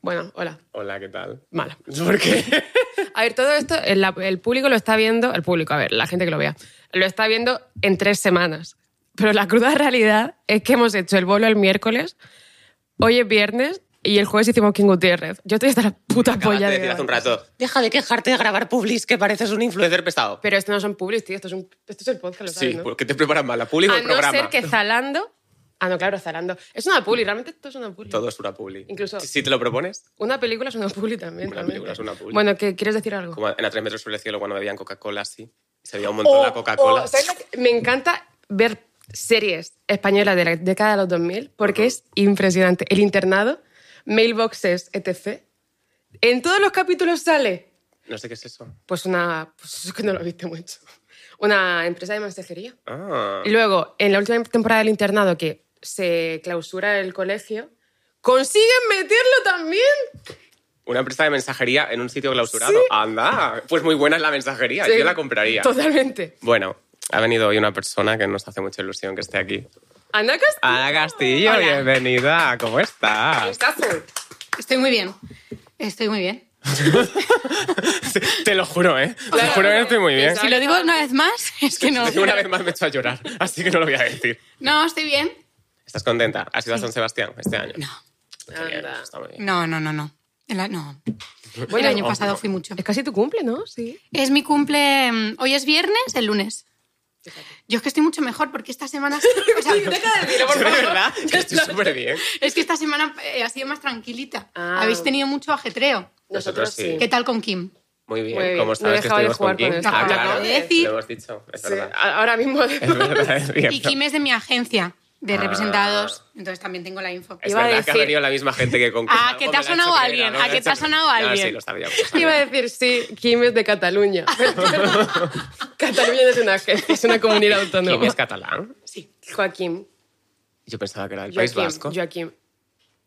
Bueno, hola. Hola, ¿qué tal? Mala. ¿Por qué? A ver, todo esto, el, la- el público lo está viendo, el público, a ver, la gente que lo vea, lo está viendo en tres semanas. Pero la cruda realidad es que hemos hecho el bolo el miércoles, hoy es viernes y el jueves hicimos King Gutiérrez. Yo estoy hasta la puta Acabaste polla de de... decir hace un rato. Pues Deja de quejarte de grabar publis, que pareces un influencer pesado. Pero esto no son publics, tío, esto es, un- esto es el podcast, lo sabes, Sí, ¿no? porque te preparan mal, la publi o A el no programa. ser que Zalando... Ah, no, claro, Zalando. Es una publi, realmente esto es una publi. Todo es una publi. Incluso- Si te lo propones, Una película es una publi también. Una realmente. película es una publi. Bueno, ¿qué, ¿quieres decir algo? como en A Tres Metros sobre el Cielo, cuando bebían Coca-Cola, sí. Y se veía un montón O- la Coca-Cola. o, Oh, ¿sabes lo que- Me encanta ver series españolas de la década de los 2000 porque Ujú. es impresionante. El internado, mailboxes, etc. En todos los capítulos sale, No sé qué es eso. pues una, pues es que no lo viste mucho, una empresa de mensajería. Ah. Y luego, en la última temporada del internado que se clausura el colegio, consiguen meterlo también. Una empresa de mensajería en un sitio clausurado. Anda, pues muy buena es la mensajería. Sí, Yo la compraría. Totalmente. Bueno, ha venido hoy una persona que nos hace mucha ilusión que esté aquí. Ana Castillo. Ana Castillo, Hola. bienvenida. ¿Cómo estás? Castazo. Estoy muy bien. Estoy muy bien. Te lo juro, ¿eh? Te lo Claro, juro que estoy muy bien. exacto. Si lo digo una vez más, es que no. Una vez más me he hecho a llorar, así que no lo voy a decir. No, estoy bien. ¿Estás contenta? ¿Has ido a San Sebastián este año? No, Está bien, Anda. está muy bien. no, no, no. no. El, a- no. Bueno, el año oh, pasado no. fui mucho. Es casi tu cumple, ¿no? Sí. Es mi cumple. mm, Hoy es viernes, el lunes. Yo es que estoy mucho mejor porque esta semana. o sea, Yo de verdad que estoy súper bien. es que esta semana eh, ha sido más tranquilita. Ah. Habéis tenido mucho ajetreo. Nosotros sí. ¿Qué tal con Kim? Muy bien. Muy bien. No Como sabes que dejaba de jugar estuvimos con con Kim. esto. Ah, Lo claro. acabo de decir. Lo hemos dicho. Es Sí, verdad. a- ahora mismo. Es verdad, es cierto. Y Kim es de mi agencia de Ah. representados, entonces también tengo la info. Es Iba a verdad que ha decir- venido la misma gente que con Ah, Algo que te me ha la hecho sonado creer, alguien, algo me ah, la que hecho te ha creer. sonado No, Sí, alguien. lo sabía. lo sabía. Iba a decir, sí, Kim es de Cataluña. Cataluña no es una, es una comunidad autónoma. ¿Kim es catalán? Sí, Joaquim. Yo pensaba que era del País Joaquim, Vasco. Joaquim.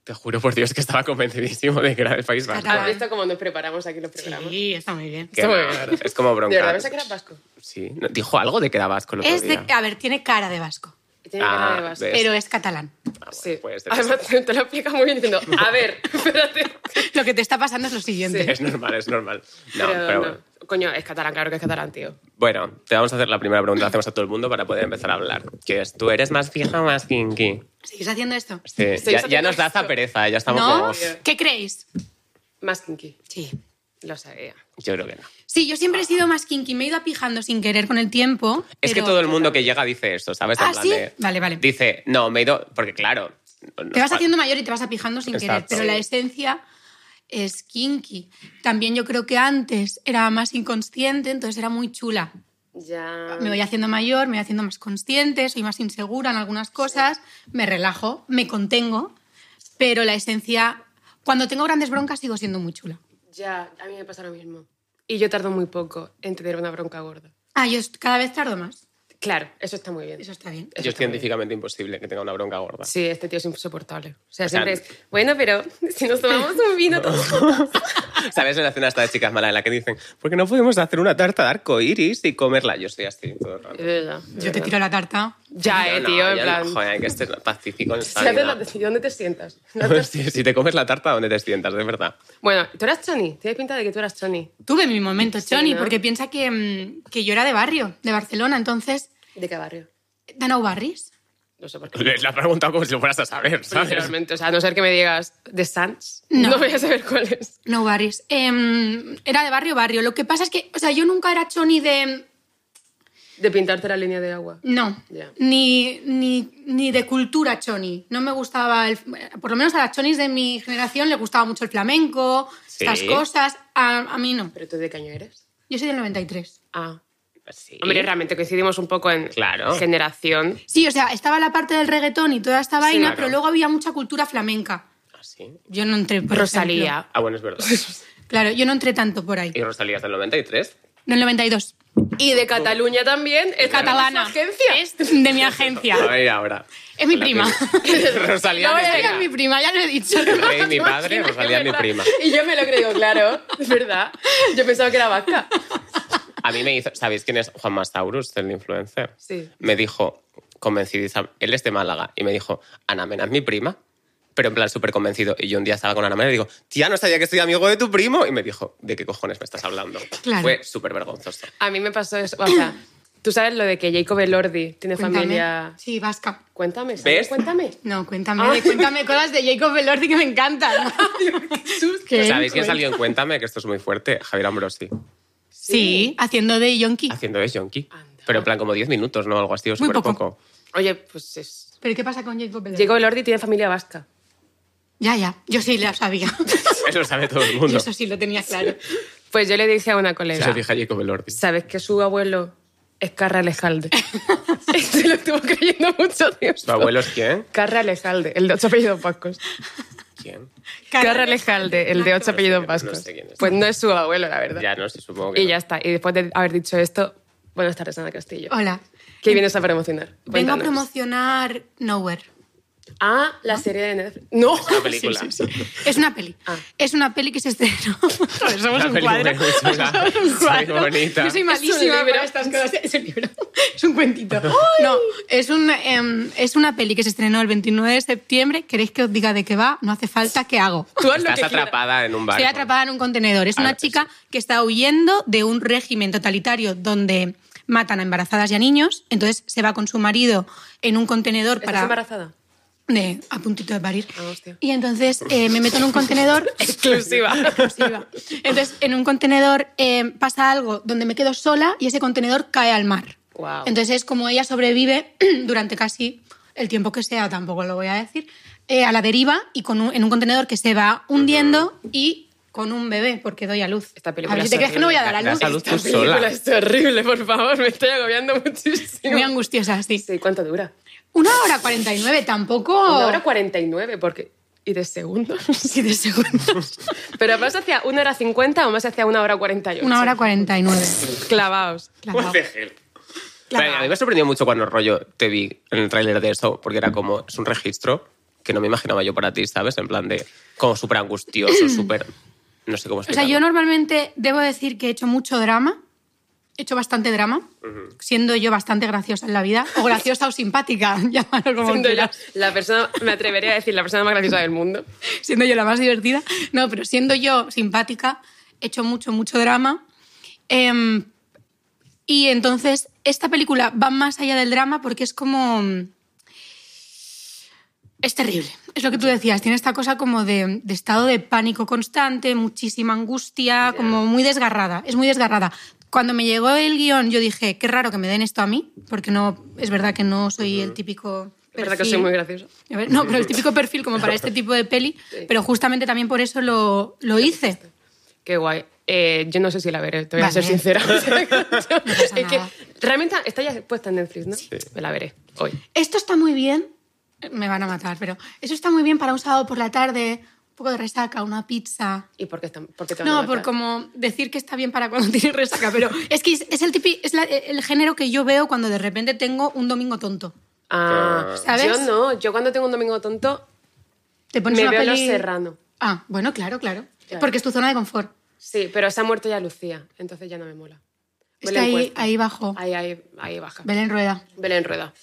Te juro por Dios que estaba convencidísimo de que era del País Vasco. Catalán. ¿Has visto cómo nos preparamos aquí los Este programas? Ah, Sí, está muy bien. Qué Está muy raro, bien. Es como ¿De verdad bronca. pensé que eras vasco? Sí, no, dijo algo de que era vasco el otro Es de, día. a ver, tiene cara de vasco, Tiene Ah, cara de vasco. ves. pero es catalán. Ah, bueno, Sí. pues, debe ser. Además, te lo explicas muy bien diciendo, a ver, espérate. Lo que te está pasando es lo siguiente. Sí. es normal, es normal. No, Pero pero no. Coño, es catalán, claro que es catalán, tío. Bueno, te vamos a hacer la primera pregunta que hacemos a todo el mundo para poder empezar a hablar. Que es, ¿tú eres más fija o más kinky? ¿Seguís haciendo esto? Sí, Estoy ya, ya haciendo nos da esto. esa pereza, ya estamos ¿No? como... ¿Qué creéis? Más kinky. Sí. Lo sabía. Yo creo que no. Sí, yo siempre he sido más kinky, me he ido apijando sin querer con el tiempo. Es que pero- todo el mundo que llega dice eso, ¿sabes? En ¿Ah, plan sí? de- Vale, vale. Dice, no, me he ido... Porque claro... Te vas haciendo mayor y te vas apijando sin querer, Exacto. pero la esencia es kinky. También yo creo que antes era más inconsciente, entonces era muy chula. Ya. Me voy haciendo mayor, me voy haciendo más consciente, soy más insegura en algunas cosas, me relajo, me contengo, pero la esencia, cuando tengo grandes broncas sigo siendo muy chula. Ya, a mí me pasa lo mismo. Y yo tardo muy poco en tener una bronca gorda. Ah, yo est- cada vez tardo más. Claro, eso está muy bien. Eso está bien. Yo es científicamente imposible que tenga una bronca gorda. Sí, este tío es insoportable. O sea, O sea, siempre es, bueno, pero si nos tomamos un vino todos ¿Sabes en la cena esta de chicas malas en la que dicen, porque no podemos hacer una tarta de arco iris y comerla? Yo estoy así todo el rato. Es verdad. Yo te tiro la tarta. Ya, eh, No, no, tío, en ya plan. no, joder, hay que ser pacífico en esta si haces vida. la- si- ¿Dónde te sientas? si, si te comes la tarta, ¿dónde te sientas? De verdad. Bueno, tú eras Choni. Tienes pinta de que tú eras Choni. Tuve mi momento, Choni, ¿no? porque piensa que, mm, que yo era de barrio, de Barcelona, entonces, ¿De qué barrio? Danau Barris. No sé por qué. La has preguntado como si lo fueras a saber, ¿sabes? Realmente, o sea, a no ser que me digas de Sans, no. No. voy a saber cuál es. No Barris. Em, era de barrio, barrio. Lo que pasa es que, o sea, yo nunca era Choni de... De pintarte la línea de agua. No, Ya. ni, ni, ni de cultura choni. No me gustaba, el, por lo menos a las chonis de mi generación le gustaba mucho el flamenco, Sí. estas cosas. A, a mí no. ¿Pero tú de qué año eres? Yo soy del 93. Ah. Sí. Hombre, realmente coincidimos un poco en Claro. generación. Sí, o sea, estaba la parte del reggaetón y toda esta vaina, claro. pero luego había mucha cultura flamenca. Ah, sí. Yo no entré, por Rosalía. Ah, bueno, es verdad. ejemplo. Claro, yo no entré tanto por ahí. ¿Y Rosalía es del 93? No, el 92. Y de Cataluña también. Es Catalana. de su agencia. Es de mi A agencia. ver, ahora. Es mi La prima. Rosalía No, mi era prima. mi prima, ya lo he dicho. El rey, mi padre, Pues Rosalía es mi prima. Y yo me lo creo, claro. Es verdad. Yo pensaba que era vasca. A mí me hizo, ¿sabéis quién es Juan Mastaurus, el influencer? Sí. Me dijo, convencidísima, él es de Málaga, y me dijo, Ana Mena es mi prima. pero en plan súper convencido. Y yo un día estaba con Ana María y digo, tía, no sabía que soy amigo de tu primo. Y me dijo, ¿de qué cojones me estás hablando? Claro. Fue súper vergonzoso. A mí me pasó eso. O sea, tú sabes lo de que Jacob Elordi tiene Cuéntame. familia. Ah. Sí, vasca. Cuéntame, Sara, ¿Ves? cuéntame. No, cuéntame, de- cuéntame cosas de Jacob Elordi que me encantan. ¿Qué? ¿Sabéis quién salió en Cuéntame? Que esto es muy fuerte. Javier Ambrosi, Sí, haciendo de Yonki. haciendo de Yonki. Anda. Pero en plan como 10 minutos, ¿no? Algo así, o Muy súper poco. poco. Oye, pues es. ¿Pero qué pasa con Jacob Elordi? Jacob Elordi tiene familia vasca. Ya, ya, yo sí la sabía. Eso lo sabe todo el Yo mundo. eso sí lo tenía claro. Pues yo le dije a una Eso colega, dije a Jacob Elordi. ¿sabes que su abuelo es Carra Alejalde? Y Se lo estuvo creyendo mucho tiempo. ¿Su abuelo es quién? Carra Alejalde, el de ocho apellidos vascos. ¿Quién? Carra Alejalde, el de ocho apellidos no sé vascos. quién es. Pues no es su abuelo, la verdad. Ya no sé, supongo que. Y no. ya está. Y después de haber dicho esto, buenas tardes, Ana Castillo. Hola. ¿Qué vienes a promocionar? Vengo a Cuéntanos. promocionar Nowhere. Ah, la serie de Netflix. No. Una película. Sí, sí, sí. Es una peli. Ah. Es una peli que se estrenó. Joder, somos Una un película cuadro. muy chula. Somos un Sí, cuadro. bonita. Yo soy Es un malísima libro. para estas cosas. Es un libro. Es un cuentito. No, es, un, em, es una peli que se estrenó el 29 de septiembre. ¿Queréis que os diga de qué va? No hace falta que hago. Tú haz lo Estás que quieras. atrapada en un barco. Estoy atrapada en un contenedor. Es Ah, una chica que está huyendo de un régimen totalitario donde matan a embarazadas y a niños. Entonces se va con su marido en un contenedor ¿Estás para... embarazada? de- a puntito de parir. Ah, hostia. y entonces eh, me meto en un contenedor Exclusiva. exclusiva. Entonces, en un contenedor eh, pasa algo donde me quedo sola y ese contenedor cae al mar. Guau. Entonces, como ella sobrevive durante casi el tiempo que sea, tampoco lo voy a decir, eh, a la deriva y con un- en un contenedor que se va hundiendo y con un bebé, porque doy a luz. Esta película a ver si es te crees que no voy a dar a horrible. luz. Da- da luz Esta tú sola. película es terrible, por favor. Me estoy agobiando muchísimo. Muy angustiosa, sí. Sí, ¿cuánto dura? Una hora cuarenta y nueve, tampoco... Una hora 49, porque... ¿Y de segundos? Sí, de segundos. ¿Pero vas hacia una hora 50 o más hacia una hora 48? Una hora cuarenta y nueve. Clavaos. Clavado. What the hell? Claro. Pero A mí me sorprendió mucho cuando rollo te vi en el tráiler de eso, porque era como, es un registro que no me imaginaba yo para ti, ¿sabes? En plan de, como súper angustioso, súper, no sé cómo O sea, explicarlo. yo normalmente debo decir que he hecho mucho drama, he hecho bastante drama, siendo yo bastante graciosa en la vida, o graciosa o simpática, llámalo como Siendo yo quieras. la persona, me atrevería a decir, la persona más graciosa del mundo. siendo yo la más divertida. No, pero siendo yo simpática, he hecho mucho, mucho drama. Em, y entonces, esta película va más allá del drama porque es como... Es terrible. Es lo que tú decías. Tiene esta cosa como de, de estado de pánico constante, muchísima angustia, como muy desgarrada. Es muy desgarrada. Cuando me llegó el guión, yo dije, qué raro que me den esto a mí, porque no, es verdad que no soy el típico... Es verdad que perfil. soy muy graciosa. A ver, no, pero el típico perfil como para este tipo de peli, pero justamente también por eso lo, lo hice. Qué guay. Eh, yo no sé si la veré, te voy a Vale. ser sincera. es que nada. realmente está ya puesta en Netflix, ¿no? Me la veré hoy. Esto está muy bien, me van a matar, pero eso está muy bien para un sábado por la tarde, un poco de resaca, una pizza. ¿Y por qué, están, por qué te van a No, matar? por como decir que está bien para cuando tienes resaca, pero es que es, es el tipi- es la- el género que yo veo cuando de repente tengo un domingo tonto. Ah, ¿Sabes? Yo no, yo cuando tengo un domingo tonto Te pones me una veo peli... Los Serrano. Ah, bueno, claro, claro, Claro. porque es tu zona de confort. Sí, pero se ha muerto ya Lucía, entonces ya no me mola. Es que Belén ahí, Cuesta. ahí bajo. Ahí, ahí, ahí baja. Belén Rueda. Belén Rueda.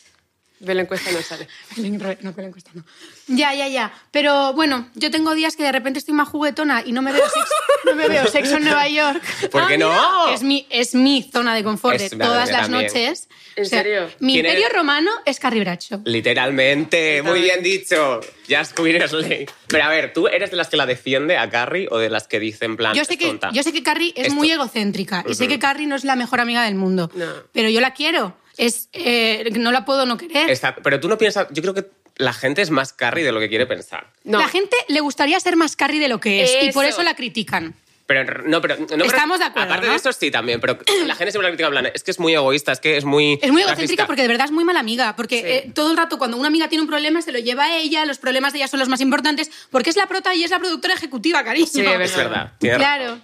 Belén Cuesta no sale. Belén Rueda, No, Belén Cuesta, no. Ya, ya, ya. Pero bueno, yo tengo días que de repente estoy más juguetona y no me veo sexo, no me veo sexo en Nueva York. ¿Por qué Ah, no? mira, Es mi, es mi zona de confort Es de verdad, todas yo las también. noches. ¿En serio? Mi ¿Quién imperio es? romano es Carribracho. Literalmente, muy bien dicho. Ya Queersley. Pero a ver, ¿tú eres de las que la defiende a Carrie o de las que dice en plan, Yo sé, "Es que, tonta"? yo sé que Carrie es Esto. muy egocéntrica y sé que Carrie no es la mejor amiga del mundo, No. pero yo la quiero. Es, eh, no la puedo no querer. Está- pero tú no piensas, yo creo que la gente es más Carrie de lo que quiere pensar. No. La gente le gustaría ser más Carrie de lo que es y por Eso. eso la critican. Pero en- no, pero no, pero- Estamos de acuerdo, Aparte ¿no? de eso sí también, pero la gente siempre la critica en plan, es que es muy egoísta, es que es muy Es muy egocéntrica racista". porque de verdad es muy mala amiga, porque Sí. eh, todo el rato cuando una amiga tiene un problema se lo lleva a ella, los problemas de ella son los más importantes, porque es la prota y es la productora ejecutiva, cariño. Sí, es es verdad. tiene razón. Claro.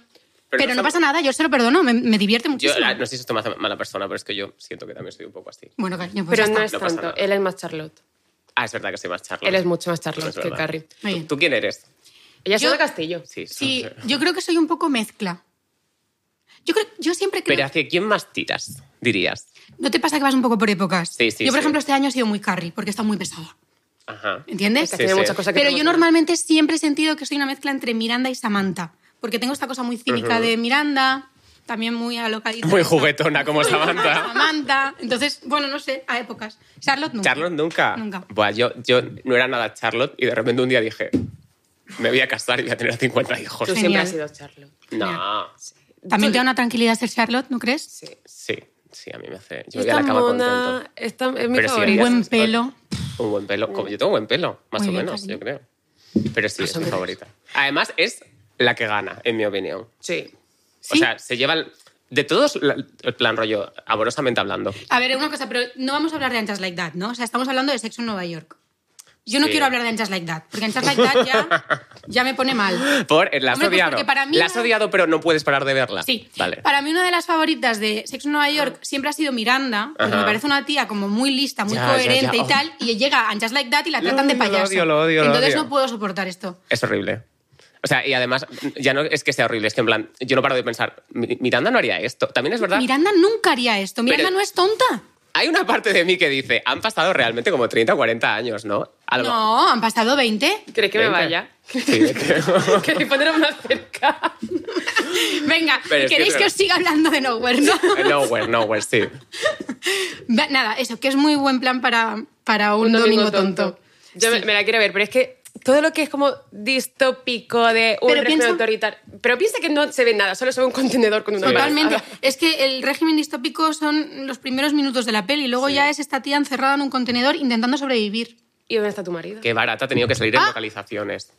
Pero no Pero, no somos- pasa nada, yo se lo perdono, me, me divierte Yo muchísimo. la- no sé si esto me hace mala persona, pero es que yo siento que también soy un poco así. Bueno, cariño, pues Pero ya no está. es No pasa tanto, nada. él es más Charlotte. Ah, es verdad que soy más Charlotte. Él es mucho más Es Charlotte que verdad. Carrie. Muy ¿Tú, bien. tú quién eres? Ella es Yo- de Castillo. Sí, Sí, yo creo que soy un poco mezcla. Yo, creo, yo siempre creo... Pero hacia quién más tiras, dirías. ¿No te pasa que vas un poco por épocas? Sí, sí, yo, por sí. ejemplo, este año he sido muy Carrie, porque está muy pesada. Ajá. Es ¿Entiendes? que Sí, tiene sí. muchas cosas que Pero tenemos yo que- normalmente siempre he sentido que soy una mezcla entre Miranda y Samantha, porque tengo esta cosa muy cínica de Miranda, también muy alocadita. Muy juguetona como Samantha. Samantha. Samantha. Entonces, bueno, no sé, a épocas. Charlotte nunca. Charlotte nunca. Nunca. Buah, yo, yo no era nada Charlotte y de repente un día dije, me voy a casar y voy a tener 50 hijos. Tú Genial. siempre has sido Charlotte. No, También te da una tranquilidad ser Charlotte, ¿no crees? Sí. sí, sí, a mí me hace. Yo voy a Esta la cama contento. mona esta es mi Pero sí, favorita. amigas. Buen pelo. Un buen pelo. Como yo tengo buen pelo, más Muy o bien, menos, cariño. yo creo. Pero Pues sí, es mi menos. favorita. Además, es la que gana, en mi opinión. Sí. O ¿Sí? sea, se lleva el- de todos la- el plan rollo, amorosamente hablando. A ver, una cosa, pero no vamos a hablar de Anchas Like That, ¿no? O sea, estamos hablando de sexo en Nueva York. Yo no Sí. quiero hablar de Anchas Like That, porque Anchas Like That ya, ya me pone mal. Por, eh, la has Hombre, pues odiado. porque para mí la has no- odiado, pero no puedes parar de verla. Sí. Ah, Vale. Ah. Para mí una de las favoritas de Sexo en Nueva York siempre ha sido Miranda, porque Ajá. me parece una tía como muy lista, muy Ya, ya, coherente ya. y tal, y llega a Just Like That y la Lo tratan de odio, lo payaso. odio, lo odio, lo Entonces odio. no puedo soportar esto. Es horrible. O sea, y además, ya no es que sea horrible, es que en plan, yo no paro de pensar, "Mi- Miranda no haría esto. También es verdad, Miranda nunca haría esto. Miranda Pero- no es tonta. hay una parte de mí que dice, han pasado realmente como 30 o 40 años, ¿no? Algo. No, han pasado 20. ¿Crees que me Venga. vaya? Sí, vete. Queréis ponerme más cerca. Venga, Pero es que queréis es que, os verdad. siga hablando de Nowhere, ¿no? nowhere, nowhere, sí. Va- Nada, eso, que es muy buen plan para, para un, domingo, tonto. Yo me, me la quiero ver, pero es que todo lo que es como distópico de un Pero régimen piensa- autoritario. Pero piensa que no se ve nada, solo se ve un contenedor con una Totalmente. embarazada. Es que el régimen distópico son los primeros minutos de la peli, luego ya es esta tía encerrada en un contenedor intentando sobrevivir. ¿Y dónde está tu marido? Qué barata ha tenido que salir en localizaciones.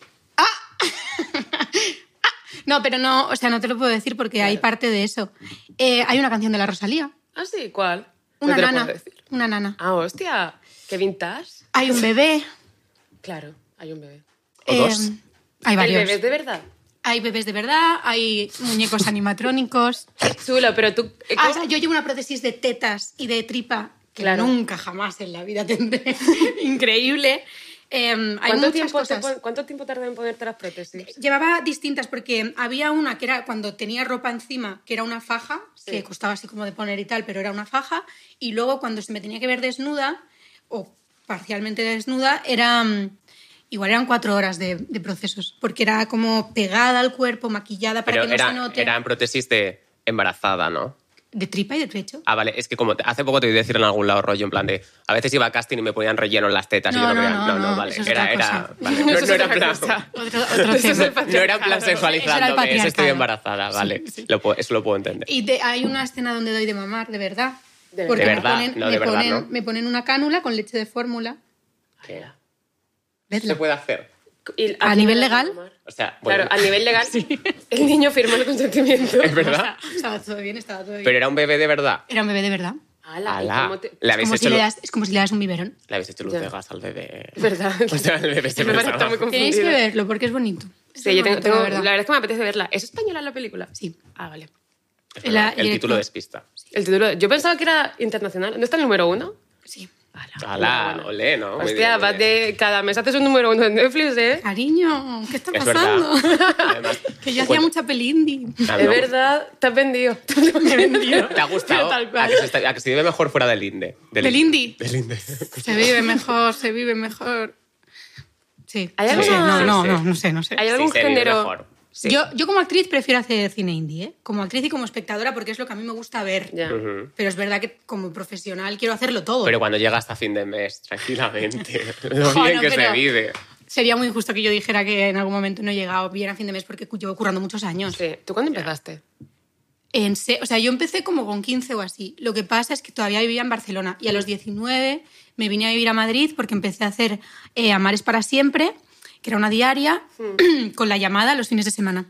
No, pero no, o sea, no te lo puedo decir porque hay parte de eso. Eh, hay una canción de la Rosalía. Ah, sí, ¿cuál? No Una te lo nana. puedo decir. Una nana. Ah, hostia. ¿Qué vintage? Hay un bebé. eh, Claro, hay un bebé. O dos. Hay ¿El varios. bebé es de verdad? Hay bebés de verdad, hay muñecos animatrónicos. Qué chulo, pero tú... eh, Ah, o sea, yo llevo una prótesis de tetas y de tripa que Claro. nunca jamás en la vida tendré. Increíble. Em, hay ¿Cuánto muchas tiempo, te cosas. pon- ¿Cuánto tiempo tarda en ponerte las prótesis? Llevaba distintas porque había una que era cuando tenía ropa encima, que era una faja, Sí. que costaba así como de poner y tal, pero era una faja. Y luego cuando se me tenía que ver desnuda, o parcialmente desnuda, era... mm, Igual eran cuatro horas de, de procesos, porque era como pegada al cuerpo, maquillada para Pero que no se era, note. eran prótesis de embarazada, ¿no? De tripa y de pecho. Ah, vale, es que como te- hace poco te oí decir en algún lado rollo, en plan de, a veces iba a casting y me ponían relleno en las tetas y yo no, No, no, veía- no, no, vale, eso es era, otra era, cosa. vale, no, Eso es no era otra plan, cosa. Otro, Eso otro es tema. el pa- no era en plan Eso era el sexualizando, es estoy patriarcado. embarazada, vale, Lo puedo- eso lo puedo entender. Y de- hay una escena donde doy de mamar, de verdad. De Porque verdad. me De ponen, verdad, no, de me, verdad, ponen, ¿no? me ponen una cánula con leche de fórmula. ¿Qué se Vedla. puede hacer? Y- ¿A quién nivel le vas legal? llamar? O sea, bueno, Claro, a nivel legal, el niño firmó el consentimiento. es verdad, Estaba todo bien, estaba todo bien. pero era un bebé de verdad. Era un bebé de verdad. Ala, ¿y Ala, cómo te- le Es habéis como, hecho, si le lu- das, es como si le das un biberón. le habéis hecho luz Ya. de gas al bebé. Es verdad. O sea, el bebé se Me parece pensaba- muy confuso. Tenéis que Confundida. verlo porque es bonito. Es Sí, yo tengo, bonito, tengo- la la, verdad. verdad. es que me apetece verla. ¿Es española la película? Sí. Ah, vale. Es verdad, La- el directo. título despista. El título, yo pensaba que era internacional. ¿No está el número uno? Sí. Ala, Ala, bueno. olé, ¿no? Muy Hostia, bien, muy vas bien. de cada mes haces un número uno en Netflix, ¿eh? Cariño, ¿qué está Es pasando? verdad. Pues Además, que yo hacía cuenta- mucha peli indie. Ah, es no. verdad, te has vendido. Te has vendido. ¿Te ha gustado? Ah, Pero tal ¿A cual. que, se está- a que se vive mejor fuera del Inde? Del indie. Del Inde. Se vive mejor, se vive mejor. Sí. ¿Hay Sí, alguna- no, Sí, no, sí. no, no sé, no sé. ¿Hay algún se vive mejor. género? Sí. Yo, yo como actriz prefiero hacer cine indie, ¿eh? Como actriz y como espectadora porque es lo que a mí me gusta ver. Ya. Pero es verdad que como profesional quiero hacerlo todo. Pero cuando llega hasta fin de mes, tranquilamente, lo Joder, bien que se pero- vive. Sería muy injusto que yo dijera que en algún momento no he llegado bien a fin de mes porque cu- llevo currando muchos años. Sí. ¿Tú cuándo empezaste? En se- o sea, yo empecé como con 15 o así. Lo que pasa es que todavía vivía en Barcelona y a los 19 me vine a vivir a Madrid porque empecé a hacer eh, Amares para siempre, que era una diaria, con la llamada los fines de semana.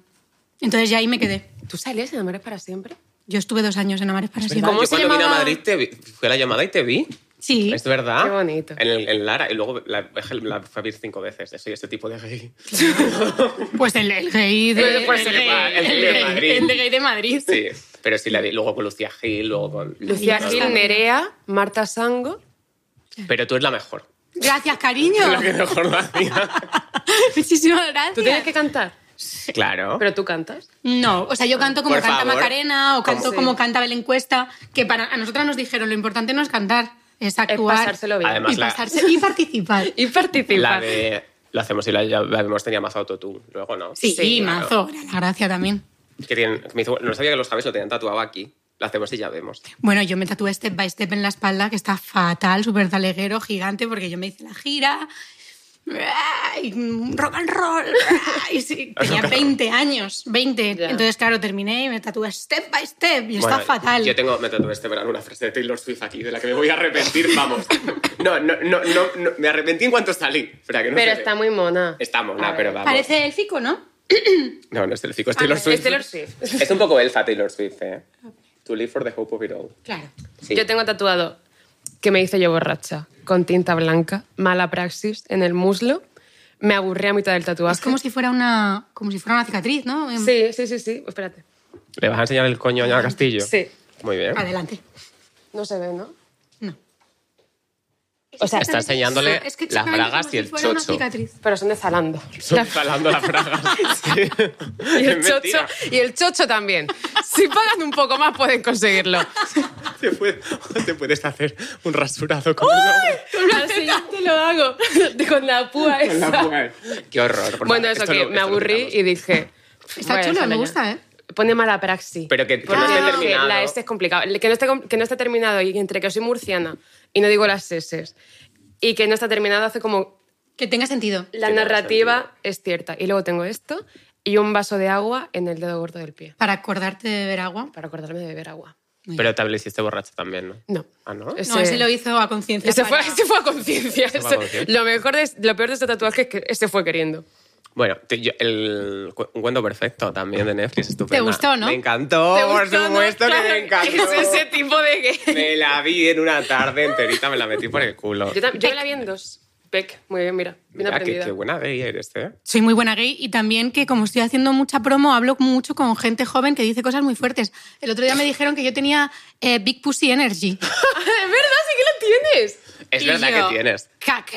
Entonces ya ahí me quedé. ¿Tú salías en Amores para siempre? Yo estuve dos años en Amares para ¿Verdad? siempre. ¿Cómo Pues Yo se cuando vine a llamaba? Madrid te vi- fui a la llamada y te vi. Sí. Es verdad. Qué bonito. En, el- en Lara. Y luego la, la fui a ver cinco veces. Soy este tipo de gay. Pues el, el gay de, Pues- pues el el, gay- el gay de Madrid. el de gay de Madrid. Sí. Pero sí la vi. Luego con Lucía Gil, luego con... Lucía Ahí Gil, está. Nerea, Marta Sango. Pero tú eres la mejor. Gracias, cariño. La que mejor lo hacía. Muchísimas gracias. Tú tienes que cantar. Claro. Pero tú cantas. No, o sea, yo canto como Ah, Por canta favor. Macarena o canto Sí. como canta Belén Cuesta, que para a nosotras nos dijeron lo importante no es cantar, es Es actuar pasárselo bien. Además, y, la- pasarse- y participar. y La participar. de lo hacemos y la, ya la vemos tenía más autotune, luego no. Sí, Sí, claro. mazo, era la gracia también. Que tienen- me hizo- no sabía que los Javis lo tenían tatuado aquí. Lo hacemos y ya vemos. Bueno, yo me tatué step by step en la espalda, que está fatal, súper taleguero, gigante, porque yo me hice la gira. y rock and roll. Y sí, tenía 20 años, 20. Ya. Entonces, claro, terminé y me tatué step by step y está Bueno, fatal. Yo tengo, me tatué este verano una frase de Taylor Swift aquí, de la que me voy a arrepentir, vamos. No, no, no, no, no, me arrepentí en cuanto salí. Espera, que no Pero se está ve. muy mona. Está mona, A ver. Ah, pero vamos. Parece élfico, ¿no? No, no es Taylor Swift, es Taylor es Swift. Es Taylor Swift. Es un poco elfa Taylor Swift, eh. To live for the hope of it all. Claro. Sí. Yo tengo tatuado que me hice yo borracha, con tinta blanca, mala praxis en el muslo. Me aburrí a mitad del tatuaje. Es como si fuera una, como si fuera una cicatriz, ¿no? Em, Sí, sí, sí, sí. Espérate. ¿Le vas a enseñar el coño a Ana Castillo? Sí. Muy bien. Adelante. No se ve, ¿no? No. O sea, Está enseñándole Es que las exactamente bragas como y si el fuera una chocho. cicatriz. pero son de Zalando. Estoy jalando las bragas. Sí. Y el, Es chocho, mentira. y el chocho también. Si pagan un poco más pueden conseguirlo. Te, puede- te puedes hacer un rasurado con una- Así te lo hago. Con la púa con la esa. mujer. Qué horror. por Bueno, favor, eso esto que lo- me esto lo aburrí quitamos. y dije... Está voy a chulo, me dejarlo ya. gusta, ¿eh? Pone mala praxis. Pero que- que no Porque esté yo dije, terminado. La S es complicado. Que no, esté, com- que no esté terminado y entre que soy murciana y no digo las S y que no está terminado hace como... Que tenga sentido. La Tiene narrativa es cierta. Y luego tengo esto y un vaso de agua en el dedo gordo del pie Para acordarte de beber agua. para acordarme de beber agua. Muy Pero te lo hiciste borracho también, ¿no? No. Ah, ¿no? Es- No, Ese- ese lo hizo a conciencia. Ese fue, para- ese fue a conciencia. fue a Ese- conciencia. Lo, mejor de- lo peor de este tatuaje es que ese fue queriendo. Bueno, te- yo- el cu- un cuento perfecto también de Netflix, estupendo. ¿Te gustó, no? Me encantó, ¿Te por gustó, no? supuesto que Claro, me encantó. Es ese tipo de que... Me la vi en una tarde enterita, me la metí por el culo. Yo, tam- yo me la vi en dos. Peck, muy bien, mira. Bien Mira, Ah, qué, aprendida. qué buena gay eres, ¿eh? Soy muy buena gay y también que como estoy haciendo mucha promo, hablo mucho con gente joven que dice cosas muy fuertes. El otro día me dijeron que yo tenía eh, Big Pussy Energy. ¡Es Ah, verdad! ¡Sí que lo tienes! Es Y verdad yo, que tienes. "¿Ca- ¿Qué?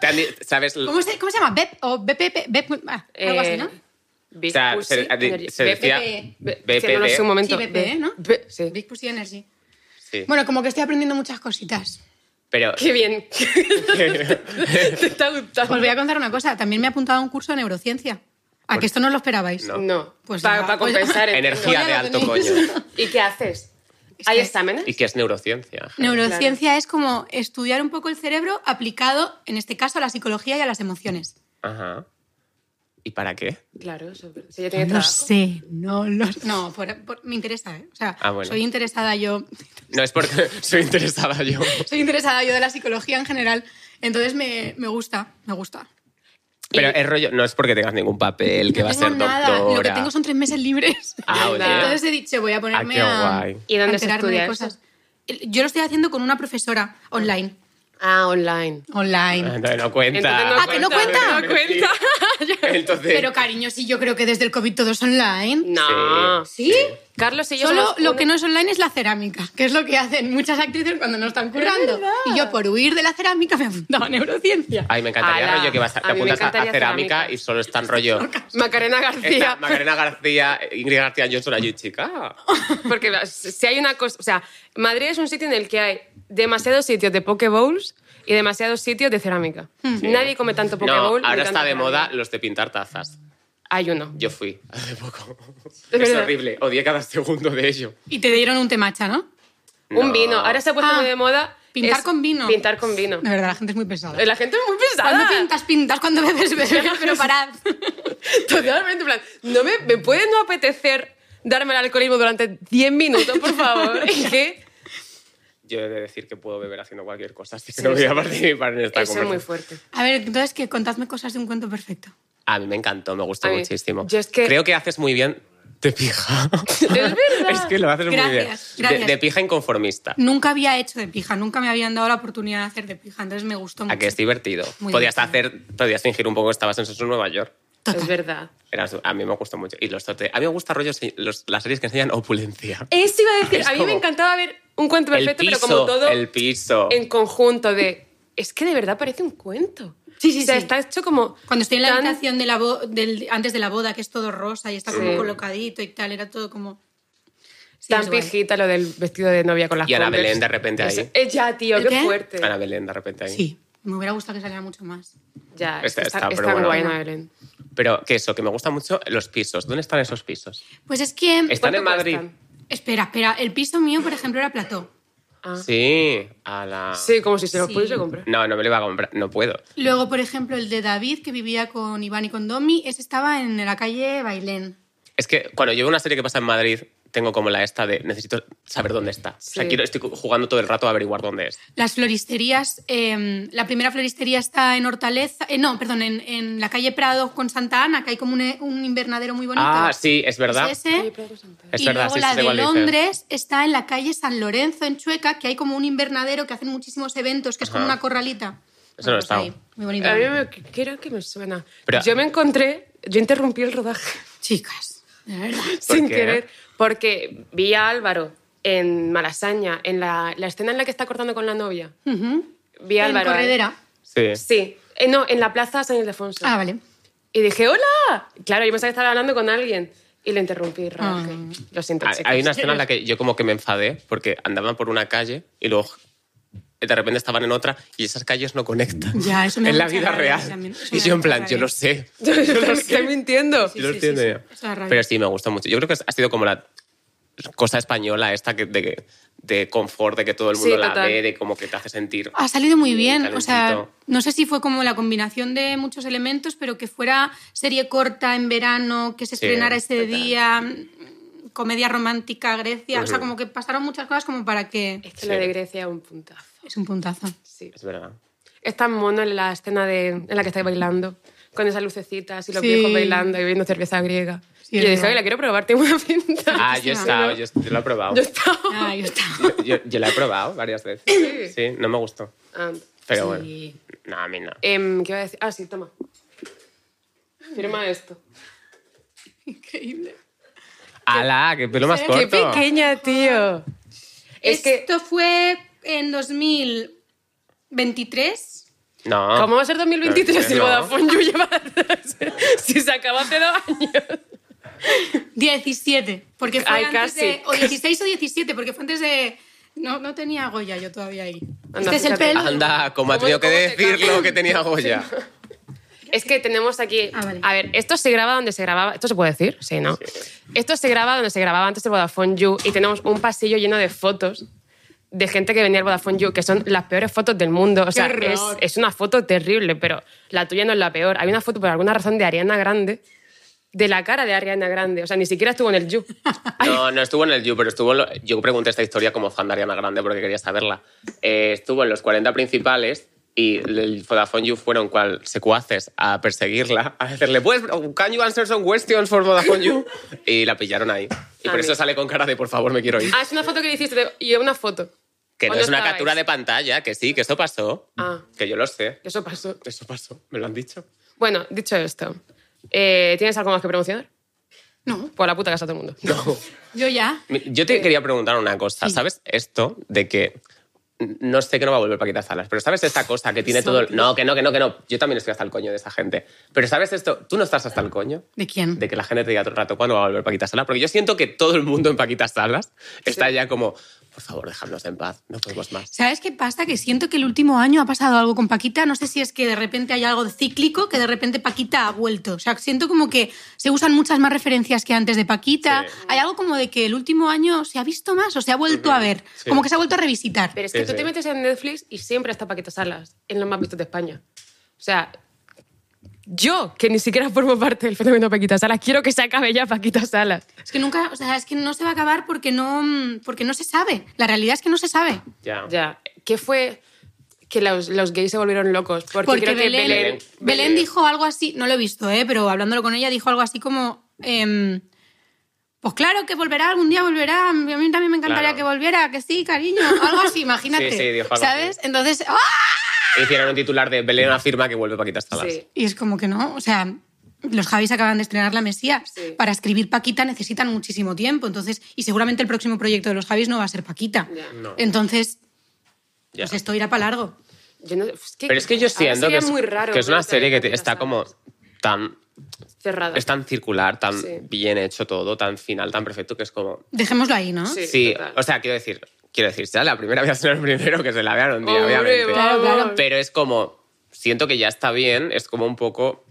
Te han di- ¿Sabes? ¿Cómo se, cómo se llama? Bep o BPP, Bep- ah, algo así, ¿no? Eh, Big O sea, Pussy se- Energy. adi- se Be- decía be- be- be- que no lo sé un momento. Sí, BPE, ¿no? Be- sí. Big Pussy Energy. Sí. Bueno, como que estoy aprendiendo muchas cositas. Pero Qué bien. Te está gustando. Os Pues voy a contar una cosa. También me he apuntado a un curso de neurociencia. ¿A que esto no lo esperabais? Pues No. No, Pues para, nada, pues- compensar. entiendo. energía ya de lo alto tenéis. coño. ¿Y qué haces? Es ¿Hay que- exámenes? ¿Y qué es neurociencia? Neurociencia es como estudiar un poco el cerebro aplicado, en este caso, a la psicología y a las emociones. Ajá. ¿Y para qué? Claro, eso. Si ya tiene trabajo. sé, no lo sé. No, por- por- me interesa, ¿eh? O sea, Ah, bueno. soy interesada yo. No es porque soy interesada yo. Soy interesada yo de la psicología en general. Entonces me, me gusta, me gusta. Pero es rollo, no es porque tengas ningún papel que no va a tengo ser nada. doctora. Lo que tengo son tres meses libres. Ah, oye. Entonces he dicho, voy a ponerme qué a, guay. ¿Y dónde a se enterarme estudia de eso? cosas. El- Yo lo estoy haciendo con una profesora online. Ah, online. Online. Entonces no cuenta. Ah, ¿que no cuenta? No cuenta. Entonces, Pero cariño, sí, yo creo que desde el COVID todo es online. No. ¿Sí? Carlos y yo Solo somos lo Mm. una- que no es online es la cerámica, que es lo que hacen muchas actrices cuando no están currando. Y yo, por huir de la cerámica, me he apuntado a neurociencia. Ay, me encantaría Ala, rollo que vas a- a te mí me apuntas a, a encantaría cerámica, cerámica. y solo están rollo. Macarena García. Está Macarena García, Ingrid García Johnson allí, chica. Porque la- si hay una cosa... O sea, Madrid es un sitio en el que hay demasiados sitios de poke bowls y demasiados sitios de cerámica. Hmm. Nadie come tanto poke No, bowl. ni ahora está tanta de cerámica. moda los de pintar tazas. Hay uno. Yo fui hace poco. Es Es, verdad. horrible, odié cada segundo de ello. Y te dieron un temacha, ¿no? Un No. vino. Ahora se ha puesto Ah, muy de moda... pintar es con vino. Pintar con vino. De verdad, la gente es muy pesada. La gente es muy Cuando pesada. pintas, pintas, cuando bebes, bebes, pero parad. Totalmente, en plan, no me, ¿me puede no apetecer darme el alcoholismo durante 10 minutos, por favor? ¿Y qué? Yo he de decir que puedo beber haciendo cualquier cosa, así que no voy a participar en esta Eso es muy conversación. fuerte. A ver, entonces, que contadme cosas de un cuento perfecto. A mí me encantó, me gustó A mí- muchísimo. yo es que- Creo que haces muy bien de pija. Es verdad. es que lo haces muy bien. Gracias, gracias. De, de pija inconformista. Nunca había hecho de pija, nunca me habían dado la oportunidad de hacer de pija, entonces me gustó mucho. A que es divertido. Muy podías divertido. hacer, podías fingir un poco que estabas en Sexo en Nueva York. Es verdad. Era su- a mí me gustó mucho. Y los tote- A mí me gusta rollo se- los- las series que enseñan opulencia. Eso iba a decir, Es a mí me como- encantaba ver un cuento perfecto, el piso, pero como todo el piso. en conjunto de... Es que de verdad parece un cuento. Sí, sí, O sea, sí. está hecho como... Cuando estoy en la tan- habitación de la bo- del, antes de la boda, que es todo rosa y está Sí. como colocadito y tal, era todo como... tan es guay. pijita lo del vestido de novia con las Y Ana Converse. Belén de repente ahí. Es- eh, ya, tío, ¿El qué, qué? fuerte. Ana Belén, de repente ahí. Sí, me hubiera gustado que saliera mucho más. Ya, está, Está- está, está, pero tan bueno. guay Ana Belén. Pero que eso, que me gusta mucho los pisos. ¿Dónde están esos pisos? Pues es que... Están ¿Cuánto en Madrid. cuestan? Espera, espera, el piso mío, por ejemplo, era plató. Ah. Sí. Sí, a la. como si se los Sí. pudiese comprar. No, no me lo iba a comprar, no puedo. Luego, por ejemplo, el de David, que vivía con Iván y con Domi, ese estaba en la calle Bailén. Es que cuando yo veo una serie que pasa en Madrid, tengo como la esta de necesito saber dónde está. O sea, Sí. quiero, estoy jugando todo el rato a averiguar dónde es. Las floristerías, eh, la primera floristería está en Hortaleza, eh, no, perdón, en, en la calle Prado con Santa Ana, que hay como un, un invernadero muy bonito. Ah, sí, es verdad. Es ese. Es y verdad, luego sí, la sí, sé de cuál dices. Londres está en la calle San Lorenzo, en Chueca, que hay como un invernadero que hacen muchísimos eventos, que es como Ajá. una corralita. Eso no Pues está. ahí, Muy bonito. A mí me, creo que me suena. Pero- yo me encontré, yo interrumpí el rodaje Chicas, de verdad. sin qué? querer porque vi a Álvaro en Malasaña, en la, la escena en la que está cortando con la novia. Ujú. Vi a en Álvaro. ahí. Corredera. Sí. Sí. Eh, no, en la plaza San Ildefonso. Ah, vale. Y dije, ¡hola! Claro, yo pensaba que estaba hablando con alguien. Y le interrumpí, rodaje. Ah. Lo siento, Hay- chicas. Hay una escena en la que yo como que me enfadé porque andaban por una calle y luego de repente estaban en otra y esas calles no conectan. Ya, eso me da En la mucha vida rabia real. también, eso me Y da yo en mucha plan, yo rabia. lo sé. Estoy mintiendo. yo lo sí, sí, entiendo sí. ya. Eso da rabia. Pero sí, me gusta mucho. Yo creo que ha sido como la cosa española esta que de, de confort, de que todo el Sí, mundo la total. Ah, ve, de como que te hace sentir... Ha salido muy bien, o sea, calentito. no sé si fue como la combinación de muchos elementos, pero que fuera serie corta en verano, que se Sí, estrenara ese día, mm, comedia romántica Grecia, o sea, Ujú. como que pasaron muchas cosas como para que Es que lo Sí. de Grecia es un puntazo. es un puntazo. Sí. Es verdad. Es tan mono en la escena de, en la que estáis bailando, con esas lucecitas y los Sí. viejos bailando y bebiendo cerveza griega. Sí, y yo es dije, verdad. oye, la quiero probar, tengo una pinta. Ah, yo he sí. estado, yo, yo lo he probado. Yo estaba... Ah, yo estaba. Yo, yo- yo la he probado varias veces. Sí, no me gustó. Ah, Pero Sí. bueno. No, a mí no. em, ¿Qué iba a decir? Ah, sí, toma. Firma esto. Increíble. ¡Hala! ¡Qué pelo más Qué ¡Qué corto! pequeña, tío! Es que... Esto fue en 2023. No. ¿Cómo va a ser 2023 si el Ah. No. Vodafone You lleva... si se acaba hace dos años? 17, porque fue Ay, antes casi. de... O 16 o 17, porque fue antes de... No, no tenía Goya yo todavía ahí. Anda, este es el fíjate. pelo. Anda, como ha ¿Cómo- tenido que cómo te decirlo cambia? que tenía Goya. Es que tenemos aquí. Ah, vale. A ver, esto se graba donde se grababa. ¿Esto se puede decir? Sí, ¿no? Esto se graba donde se grababa antes el Vodafone You y tenemos un pasillo lleno de fotos de gente que venía al Vodafone You, que son las peores fotos del mundo. O sea, horror! es, es una foto terrible, pero la tuya no es la peor. Hay una foto, por alguna razón, de Ariana Grande, de la cara de Ariana Grande. O sea, ni siquiera estuvo en el You. No, no estuvo en el You, pero estuvo en lo- Yo pregunté esta historia como fan de Ariana Grande porque quería saberla. Eh, estuvo en los 40 principales y el Vodafone You fueron cual secuaces a perseguirla, a decirle, pues, can you answer some questions for Vodafone You? Y la pillaron ahí. Y por A eso mí. sale con cara de, por favor, me quiero ir. Ah, es una foto que le hiciste de- y es una foto. Que no ¿O no es una estabais? captura de pantalla, que sí, que eso pasó. Ah. Que yo lo sé. Eso pasó. Eso pasó, me lo han dicho. Bueno, dicho esto, eh, ¿tienes algo más que promocionar? No, Por la puta casa todo el mundo. No. yo ya. Mi- Yo Eh, te quería preguntar una cosa. Sí. ¿Sabes esto de que no sé que no va a volver Paquita Salas, pero sabes esta cosa que tiene Eso, todo el... tío. No, que no, que no, que no. Yo también estoy hasta el coño de esa gente. Pero sabes esto, tú no estás hasta el coño ¿De quién? de que la gente te diga todo el rato cuándo va a volver Paquita Salas, porque yo siento que todo el mundo en Paquita Salas está ya como, por favor, dejadnos en paz, no podemos más. ¿Sabes qué pasa? Que siento que el último año ha pasado algo con Paquita. No sé si es que de repente hay algo cíclico, que de repente Paquita ha vuelto. O sea, siento como que se usan muchas más referencias que antes de Paquita. Sí. Hay algo como de que el último año se ha visto más o se ha vuelto a ver. Sí. Como que se ha vuelto a revisitar. Pero es que tú Sí, te sí. metes en Netflix y siempre está Paquita Salas, en los más vistos de España. O sea, yo, que ni siquiera formo parte del fenómeno Paquita Salas, quiero que se acabe ya Paquita Salas. Es que nunca, o sea, es que no se va a acabar porque no, mm, porque no se sabe. La realidad es que no se sabe. Ya. Ya, ¿qué fue que los, los gays se volvieron locos? Porque, Porque, creo Belén, que Belén... Belén, dijo algo así, no lo he visto, eh, pero hablándolo con ella, dijo algo así como. em, pues claro que volverá, algún día volverá. A mí también me encantaría Claro. que volviera, que sí, cariño. Algo así, imagínate. Sí, sí, dijo algo así. ¿Sabes? Entonces, ¡ah! Hicieron un titular de Belén afirma que vuelve Paquita Salas. Sí. Y es como que no, o sea, los Javis acaban de estrenar La Mesías. Sí. Para escribir Paquita necesitan muchísimo tiempo, entonces, y seguramente el próximo proyecto de los Javis no va a ser Paquita. Ya. No. Entonces, Ya. pues esto irá para largo. Yo no- es que- Pero es que yo ahora siento sería que es, muy raro que es ver una otra vez serie que te- Paquita está como Salas. tan, Cerrada. es tan circular, tan Sí. bien hecho todo, tan final, tan perfecto, que es como... Dejémoslo ahí, ¿no? Sí. Sí, total. o sea, quiero decir, quiero decir, ya la primera voy a ser el primero que se la vean un día, Hombre, obviamente. vamos. Claro, claro. Pero es como, siento que ya está bien, es como un poco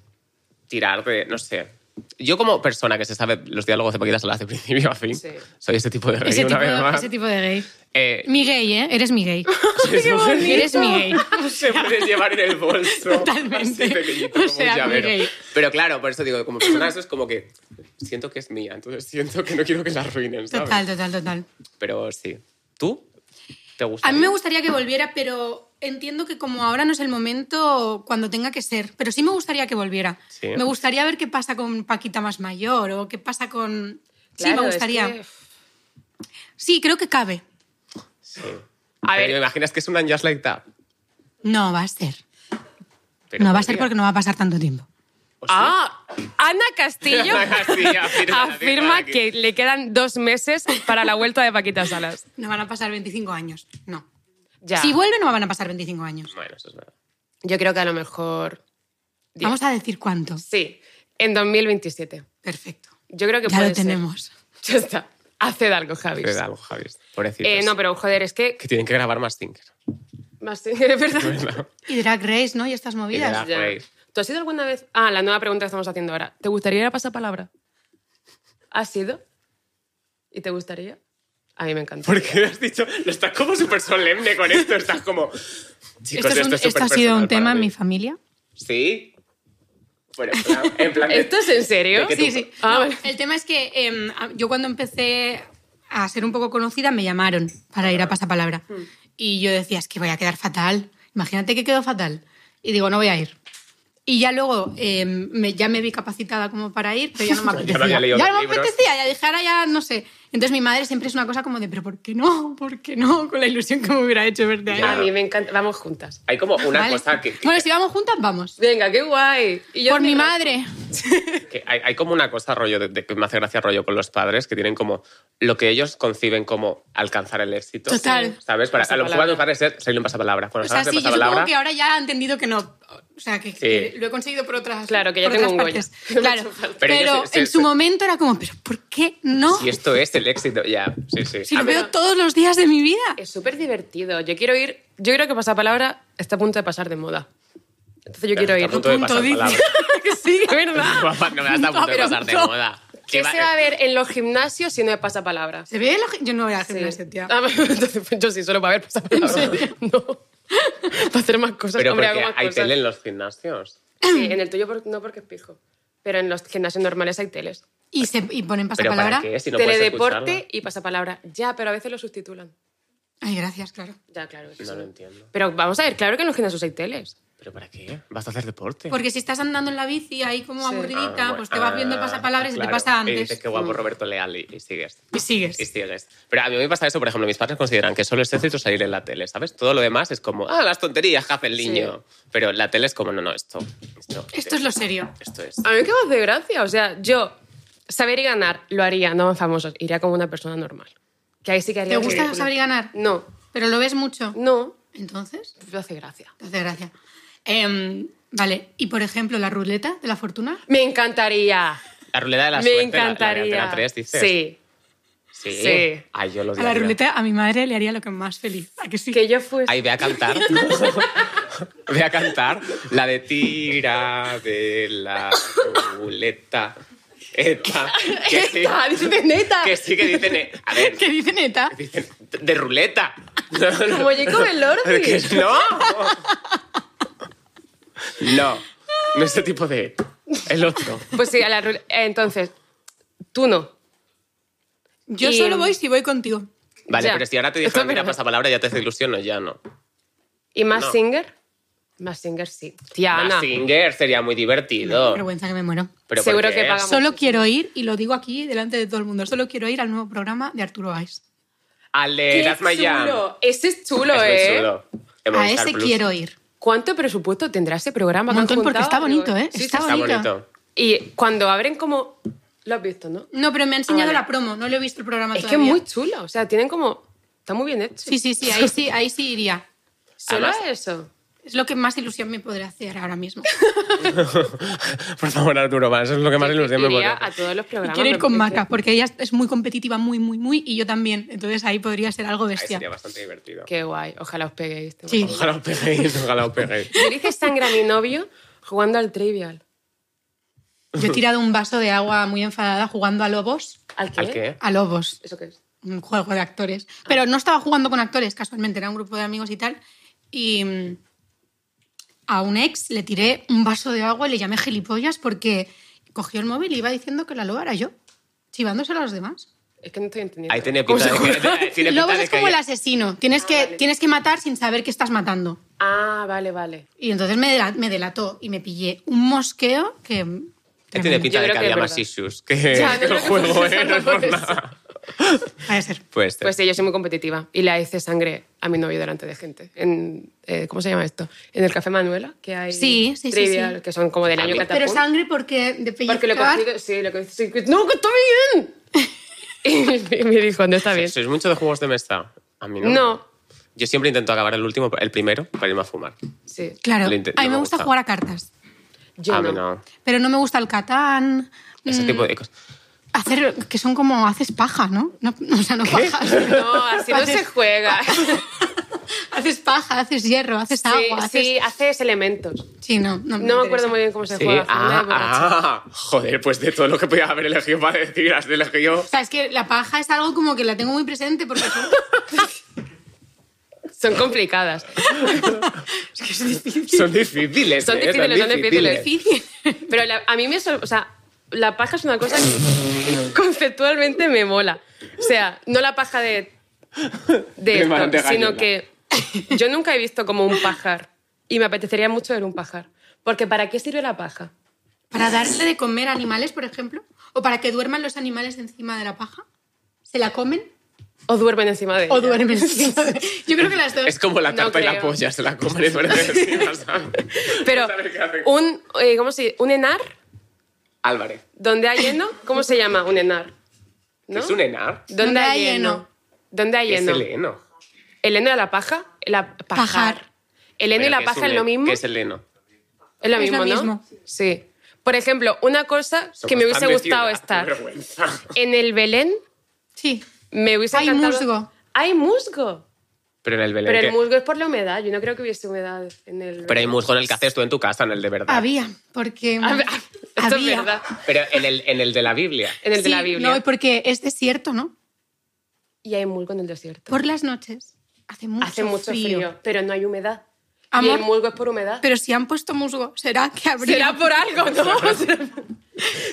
tirar de, no sé. Yo como persona que se sabe los diálogos de Paquita Salas de principio a fin, Sí. soy ese tipo de rey Ese una tipo, vez de, más. ese tipo de gay. Eh, Mi gay, ¿eh? Eres mi gay. Eres mi gay. se puede llevar en el bolso. Totalmente. así pequeñito, como O sea, un llavero. Miguel. Pero claro, por eso digo, como persona eso es como que siento que es mía, entonces siento que no quiero que la arruinen, ¿sabes? Total, total, total. Pero sí. ¿Tú? ¿Te gusta? A mí me gustaría que volviera, pero entiendo que como ahora no es el momento cuando tenga que ser. Pero sí me gustaría que volviera. Sí. Me gustaría ver qué pasa con Paquita más mayor o qué pasa con... sí, me Claro, es gustaría. que- Sí, creo que cabe. Sí. A Pero ver. ¿me imaginas que es una Just Like That? No va a ser. Pero no va a ser porque podría. no va a pasar tanto tiempo. ¿O sí? Ah, Ana Castillo Ana Castillo afirma afirma- afirma que le quedan dos meses para la vuelta de Paquita Salas. No van a pasar 25 años. No. Ya. Si vuelve no van a pasar 25 años. Bueno, eso es verdad. Yo creo que a lo mejor. Diez. Vamos a decir cuánto. Sí, en 2027. Perfecto. Yo creo que Ya puede lo ser. tenemos. Ya está. Haced algo, Javi. Pero da algo, Javis. Pobrecitos. Eh, no, pero joder, es que. Que tienen que grabar más Tinker. Más es verdad. ¿verdad? Y Drag Race, ¿no? Y estas Y Drag- movidas. Ya. Güey. ¿Tú has ido alguna vez.? Ah, la nueva pregunta que estamos haciendo ahora. ¿Te gustaría ir a pasapalabra? ¿Has ido? ¿Y te gustaría? A mí me encanta. Porque has dicho, lo estás como súper solemne con esto, estás como... Chicos, esto, Esto, es es un- esto ha superpersonal sido un para tema en mí". mi familia. ¿Sí? Bueno, en plan- en plan... de- ¿Esto es en serio? de que Sí, tú- sí. Ah, No, vale. El tema es que em, a- yo cuando empecé a ser un poco conocida me llamaron para ir a Pasapalabra. Mm. Y yo decía, es que voy a quedar fatal. Imagínate que quedo fatal. Y digo, no voy a ir. Y ya luego em, me, ya me vi capacitada como para ir, pero ya no me lo apetecía. había leído no los me libros. apetecía, ya dije, ahora ya no sé. Entonces mi madre siempre es una cosa como de, pero ¿por qué no? ¿Por qué no? Con la ilusión que me hubiera hecho verte ahí. Ya. A mí me encanta. Vamos juntas. Hay como una Vale. cosa que... que- Bueno, si vamos juntas, vamos. Venga, qué guay. Y yo Por mi digo- madre. que hay, hay como una cosa rollo de, de que me hace gracia rollo con los padres que tienen como lo que ellos conciben como alcanzar el éxito. Total. ¿Sabes? Para, a lo mejor para Pasapalabra. tus padres es soy un pasapalabra. Cuando O sea, sabes de sí, Pues yo supongo pasapalabra... que ahora ya ha entendido que no. O sea, que, que lo he conseguido por otras Claro, que ya por tengo otras un Goya. partes. Claro. Pero Pero, yo sí- sí, en su sí. momento era como, ¿pero por qué no? Y esto es el éxito, ya. Sí, sí. Ah, Si A lo mí- veo todos los días de mi vida. Es súper divertido. Yo quiero ir. Yo creo que Pasapalabra está a punto de pasar de moda. Entonces yo Claro, quiero ir. está a punto de Punto, pasar dice. palabra. sí, es verdad. Guapa, no me das a punto de Pero pasar de no. moda. ¿Qué va- se va a ver en los gimnasios si no hay Pasapalabra? ¿Se ve? la- Yo no voy a hacer una Sí. tía. Ah, entonces, pues, yo sí, solo para ver Pasapalabra. No. Para hacer más cosas. Pero Hombre, porque hago más hay cosas. tele en los gimnasios. Sí, en el tuyo por- no porque es pijo. Pero en los gimnasios normales hay teles. Y, se, y ponen ¿Pero para pasapalabra. qué? Si no puedes Teledeporte escucharla. y Pasapalabra. Ya, pero a veces lo sustitulan. Ay, gracias, claro. Ya, claro. eso No lo sí. entiendo. Pero vamos a ver, claro que en los gimnasios hay teles. ¿Pero para qué? ¿Vas a hacer deporte? Porque si estás andando en la bici ahí como Sí. Ah, aburridita, bueno, pues te vas viendo el ah, pasapalabra y se te claro. pasa Y antes. Mm. dices, qué guapo Roberto Leal y, y sigues. Y sigues. Y sigues. Pero a mí me pasa eso, por ejemplo, mis padres consideran que solo es éxito salir en la tele, ¿sabes? Todo lo demás es como, ah, las tonterías, que hace el niño. Pero la tele es como, no, no, esto. Esto, Esto es lo serio. Esto es. A mí que más de gracia. O sea, yo saber y ganar lo haría, no famosos. Iría como una persona normal. Que ahí sí que haría. ¿Te el gusta ridículo. saber y ganar? No, Pero lo ves mucho. no. Entonces, Me hace gracia. te hace gracia. Em, vale, y por ejemplo, la ruleta de la fortuna. Me encantaría. La ruleta de la me suerte, la- La, de encantaría. Antena 3, dices. Sí. Sí. Sí. Ay, yo lo A Pues la odiaría. ruleta a mi madre le haría lo que más feliz. ¿A que sí? Que yo fuese. Ay, ve a cantar. ve a cantar la de tira de la ruleta. Esta. Que sí. Neta, dice neta. Que sí que dicen. eh, A ver, ¿Qué dice neta? dicen de ruleta. Como Jacob Elordi. Que no. No. No ese tipo de. El otro. Pues sí, a la rule- eh, Entonces, tú no. Yo Y- solo voy si voy contigo. Vale, Ya. pero si ahora te Esto es dijeron, mira, verdad. pasa palabra, ya te hace ilusión, no, ya no. ¿Y más No. Singer? Más Singer sí. Tía Ana. Singer sería muy divertido. Vergüenza que me muero. Pero ¿por Seguro qué? que pagamos. Solo quiero ir, y lo digo aquí delante de todo el mundo, solo quiero ir al nuevo programa de Arturo Valls. Al de Qué Las Mayam. chulo. Ese es chulo, Es ¿eh? muy chulo. En A Movistar ese Plus. quiero ir. ¿Cuánto presupuesto tendrá ese programa? Un que han montón, porque juntado? está bonito, ¿eh? Sí, sí, Está Está bonito. bonito. Y cuando abren como... Lo has visto, ¿no? No, pero me ha enseñado Ah, vale. la promo, no lo he visto el programa Es que es todavía. muy chulo. O sea, tienen como... Está muy bien hecho. Sí, sí, sí, ahí sí, ahí sí iría. ¿Solo Además- eso? Es lo que más ilusión me podría hacer ahora mismo. Por favor, Arturo, va, eso es lo que más ilusión me Iría podría a hacer. todos los Y programas. quiero ir me con parece. Maca, porque ella es muy competitiva, muy, muy, muy, y yo también. Entonces ahí podría ser algo Ay, bestia. Sería bastante divertido. Qué guay. Ojalá os peguéis. te Sí. Ojalá os peguéis, ojalá os peguéis. Yo le hice sangre a mi novio jugando al Trivial. Yo he tirado un vaso de agua muy enfadada jugando a lobos. ¿Al qué? ¿Al qué? A lobos, ¿Eso qué es? un juego de actores. Pero no estaba jugando con actores, casualmente, era un grupo de amigos y tal. Y mm, a un ex le tiré un vaso de agua y le llamé gilipollas porque cogió el móvil y iba diciendo que la loba era yo, chivándoselo a los demás. Es que no estoy entendiendo. Ahí tiene ¿Cómo pinta de se juega? que... Tiene pinta Lobos de es que- como Pues el asesino, tienes, que, vale. tienes que matar sin saber que estás matando. Ah, vale, vale. Y entonces me, dela- me delató y me pillé un mosqueo que... Ahí tiene tremendo. pinta Yo creo Este de que que había es más verdad. issues que Ya, no que Eh, el creo que juego, fuese ¿eh? No es solo por eso. nada. Puede ser. Pues, Pues sí, yo soy muy competitiva y la hice sangre a mi novio delante de gente. En, eh, ¿Cómo se llama esto? En el Café Manuela, que hay Sí, sí, sí, trivial, sí. que son como Ah, del año Pero catapult. sangre porque de pellizcar... Porque lo consigo, sí, lo consigo. ¡No, que está bien! y me dijo, no está bien. ¿Sois mucho de juegos de mesa? A mí no. No. Yo siempre intento acabar el último, el primero, para irme a fumar. Sí. Claro, a Lo mí inte- no me me gusta gusta. jugar a cartas, Yo a no. Mm. mí no. pero no me gusta el Catán. Ese tipo de cosas. Hacer, que son como, haces paja, ¿no? No, o sea, no pajas. No, así no se Haces- juega. Haces paja, haces hierro, haces sí, agua, haces... sí, haces elementos. Sí, no, no me, No me interesa. acuerdo muy bien cómo se Sí, juega. fue una ah, borracha. ah, joder, pues de todo lo que podía haber elegido para decir, has elegido. O sea, es que la paja es algo como que la tengo muy presente porque son- Son complicadas. Son difíciles. Son ¿eh? difíciles, son difíciles. difícil. Pero la- a mí me... sor- O sea, la paja es una cosa que conceptualmente me mola. O sea, no la paja de... De De esto, Mante sino Gallola. que yo nunca he visto como un pajar. Y me apetecería mucho ver un pajar. Porque ¿para qué sirve la paja? ¿Para darle de comer a animales, por ejemplo? ¿O para que duerman los animales encima de la paja? ¿Se la comen O duermen encima de o ella. duermen encima de Yo creo que las dos. Es como la No tarta y la creo. polla, se la comen y duermen encima, ¿sabes? Pero No saben qué hacen. un, eh, ¿cómo se dice? Un enar, Álvarez, donde hay heno, ¿cómo se llama un enar? ¿No? ¿es un enar? ¿Dónde hay heno? ¿Dónde hay ¿Qué es heno? el e- heno? ¿El heno de la paja? La pajar. Pajar. ¿El heno y Pero la ¿qué paja un es lo heno? mismo? ¿Qué es el heno? Es lo Es mismo, lo ¿no? mismo. Sí. Por ejemplo, una cosa que me Somos hubiese tan gustado vecinas, estar Qué vergüenza. en el Belén, Sí. me hubiese Hay encantado. musgo. Hay musgo. Pero en el Belén. Pero el ¿qué? musgo es por la humedad. Yo no creo que hubiese humedad en el. Pero hay musgo en el que haces tú en tu casa, en el de verdad. Había, porque. Ah, ah, Esto es verdad. Pero en el, en el de la Biblia. En el de Sí, la Biblia. No, porque es desierto, ¿no? Y hay musgo en el desierto. Por las noches hace mucho, Hace mucho frío. pero no hay humedad. Y Amor, el musgo es por humedad. Pero si han puesto musgo, ¿será que habría, Será por algo, ¿no?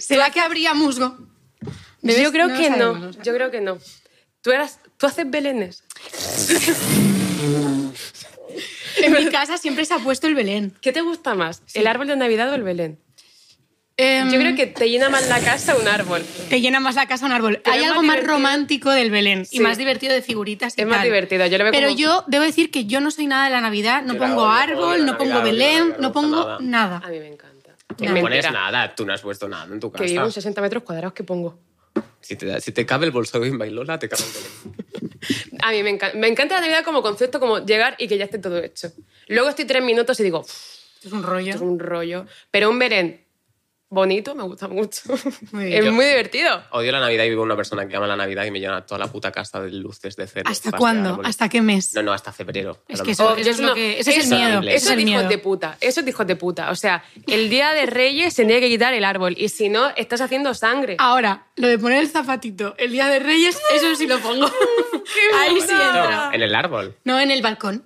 ¿será que habría musgo? ¿Ves? Yo creo lo que sabemos, no. lo Yo creo que no. Tú eras. Tú haces belenes. sabemos. En mi casa siempre se ha puesto el Belén. ¿Qué te gusta más? ¿El árbol de Navidad o el Belén? Em, Yo creo que te llena más la casa un árbol. Te llena más la casa un árbol. Pero Hay es algo más más divertido. romántico del Belén Sí. y más divertido de figuritas y Es más tal. divertido, yo lo veo Pero como- yo debo decir que yo no soy nada de la Navidad, no Yo la pongo odio, odio árbol, la no Navidad, pongo odio la Belén, Navidad, no no me gusta pongo nada. A mí me encanta. Tú Es no pones mentira. nada, tú no has puesto nada en tu Que vivo en casa. 60 metros cuadrados que pongo. Si te, si te cabe el bolso de Bailola, te cabe el Belén. A mí me encanta. Me encanta la Navidad como concepto, como llegar y que ya esté todo hecho. Luego estoy tres minutos y digo, "Uf, esto Esto es un es rollo. un rollo. Pero un Belén bonito me gusta mucho. Muy bien. es Yo- muy divertido. Odio la Navidad y vivo una persona que ama la Navidad y me llena toda la puta casa de luces de cero. ¿Hasta cuándo? ¿Hasta qué mes? No, no, hasta febrero. Es a lo que Oh, mejor. eso- es lo que- ese es el miedo, Eso ese es el hijos miedo. de puta. Eso es hijos de puta. O sea, el día de Reyes se tiene que quitar el árbol y si no, estás haciendo sangre. Ahora, lo de poner el zapatito el día de Reyes, eso sí lo pongo. Ahí sí bueno. entra. No, en el árbol. No, en el balcón.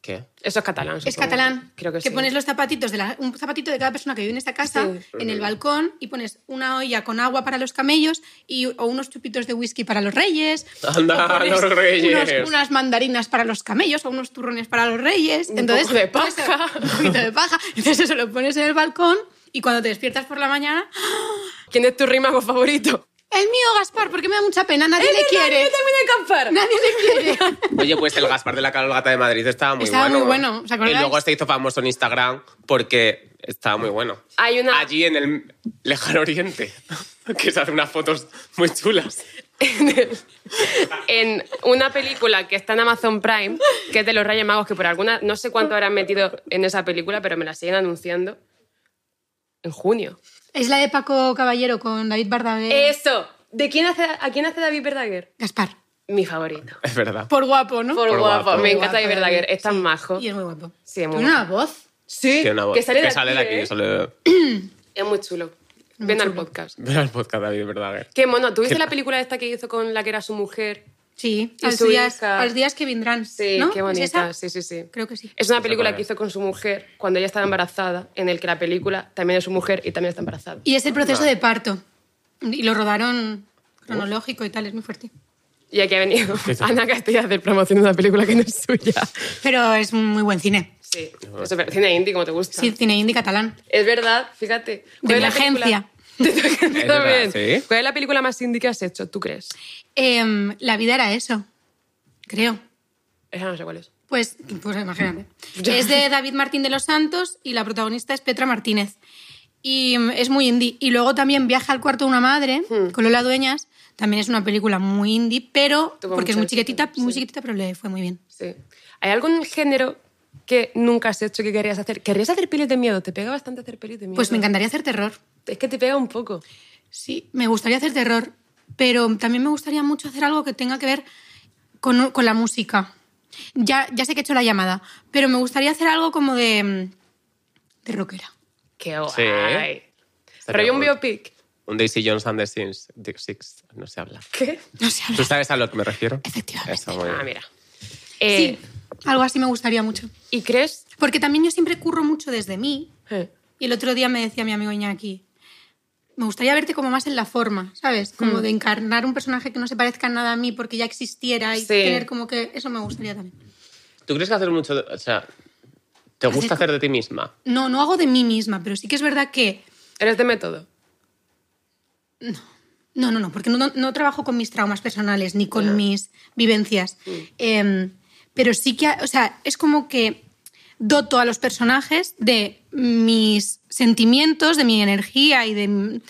¿Qué? Eso es catalán. Es supongo. catalán. Creo que, sí. pones los zapatitos, de la- un zapatito de cada persona que vive en esta casa, Sí. en el balcón y pones una olla con agua para los camellos y, o unos chupitos de whisky para los reyes. Anda, o Ah, pones los reyes. unos- unas mandarinas para los camellos o unos turrones para los reyes. Un Entonces, poco de pones- paja. un poquito de paja. Entonces, eso lo pones en el balcón y cuando te despiertas por la mañana, ¡ah! ¿Quién es tu rímago favorito? el mío, Gaspar, porque me da mucha pena, nadie Es le verdad, quiere. Yo también de acampar. Nadie le quiere. Oye, pues el Gaspar de la Calogata de Madrid estaba muy Estaba bueno. ¿eh? muy bueno, ¿os acordáis? Y luego se hizo famoso en Instagram porque estaba muy bueno. Hay una- Allí en el lejano oriente, que se hace unas fotos muy chulas. en una película que está en Amazon Prime, que es de los Reyes Magos, que por alguna, no sé cuánto habrán metido en esa película, pero me la siguen anunciando en junio. Es la de Paco Caballero con David Bardaguer. ¡Eso! ¿De quién hace, ¿A quién hace David Verdaguer? Gaspar. Mi favorito. Es verdad. Por guapo, ¿no? Por, Por guapo. guapo. Me Por encanta David guapo, Verdaguer. Es tan sí. majo. Y es muy guapo. Sí, es muy Tiene una voz. Sí, Tiene una voz- que sale de aquí. ¿eh? sale- Es muy chulo. Ven al podcast. Ven al podcast, David Verdaguer. Qué mono. ¿Tú viste Qué- la película esta que hizo con la que era su mujer? Sí, Y a los, su días, hija. a los días que vendrán. Sí, ¿no? qué ¿Es bonita. esa? sí, sí, sí. Creo que sí. Es una Esa película cuál que es. hizo con su mujer cuando ella estaba embarazada, en el que la película también es su mujer y también está embarazada. Y es el proceso Vale. de parto. Y lo rodaron cronológico y tal, es muy fuerte. Y aquí ha venido Ana Castilla a hacer promoción de una película que no es suya. Pero es muy buen cine. Sí, eso, pero cine indie, como te gusta. Sí, cine indie catalán. Es verdad, fíjate. De ¿Cuál mi es la película- agencia. De tu agencia Es verdad, también. sí. ¿Cuál es la película más indie que has hecho, tú crees? Em, la vida era eso, creo. Esa no sé cuál es. Pues, pues imagínate. Ya. Es de David Martín de los Santos y la protagonista es Petra Martínez. Y mm, es muy indie. Y luego también Viaja al cuarto de una madre, Hmm. con Lola Dueñas. También es una película muy indie, pero Tuvo porque es mucho muy chiquitita, éxito, muy sí. chiquitita, pero le fue muy bien. Sí. ¿Hay algún género que nunca has hecho que querías hacer? ¿Querrías hacer pelis de miedo? Te pega bastante hacer pelis de miedo. Pues me encantaría hacer terror. Es que te pega un poco. Sí, me gustaría hacer terror, pero también me gustaría mucho hacer algo que tenga que ver con, con la música. Ya, ya sé que he hecho la llamada, pero me gustaría hacer algo como de, mm, de rockera. Qué Sí. guay. Estaría Pero hay un guay. biopic. Un Daisy Jones and the Sins. Dick Six. No se habla. ¿Qué? No sé, ¿Tú sabes a lo que me refiero? Efectivamente. Eso, muy bien. Ah, mira. Eh, Sí, algo así me gustaría mucho. ¿Y crees? Porque también yo siempre curro mucho desde mí. eh, Y el otro día me decía mi amigo Iñaki, me gustaría verte como más en la forma, ¿sabes? Como Hmm. de encarnar un personaje que no se parezca en nada a mí porque ya existiera y Sí. tener como que... Eso me gustaría también. ¿Tú crees que hacer mucho... de- O sea, ¿te gusta hacer de ti misma? No, no hago de mí misma, pero sí que es verdad que... ¿Eres de método? No, no, no, porque no, no- no trabajo con mis traumas personales ni con mis vivencias. Mm. Em, pero sí que, o sea, es como que doto a los personajes de mis sentimientos, de mi energía y de,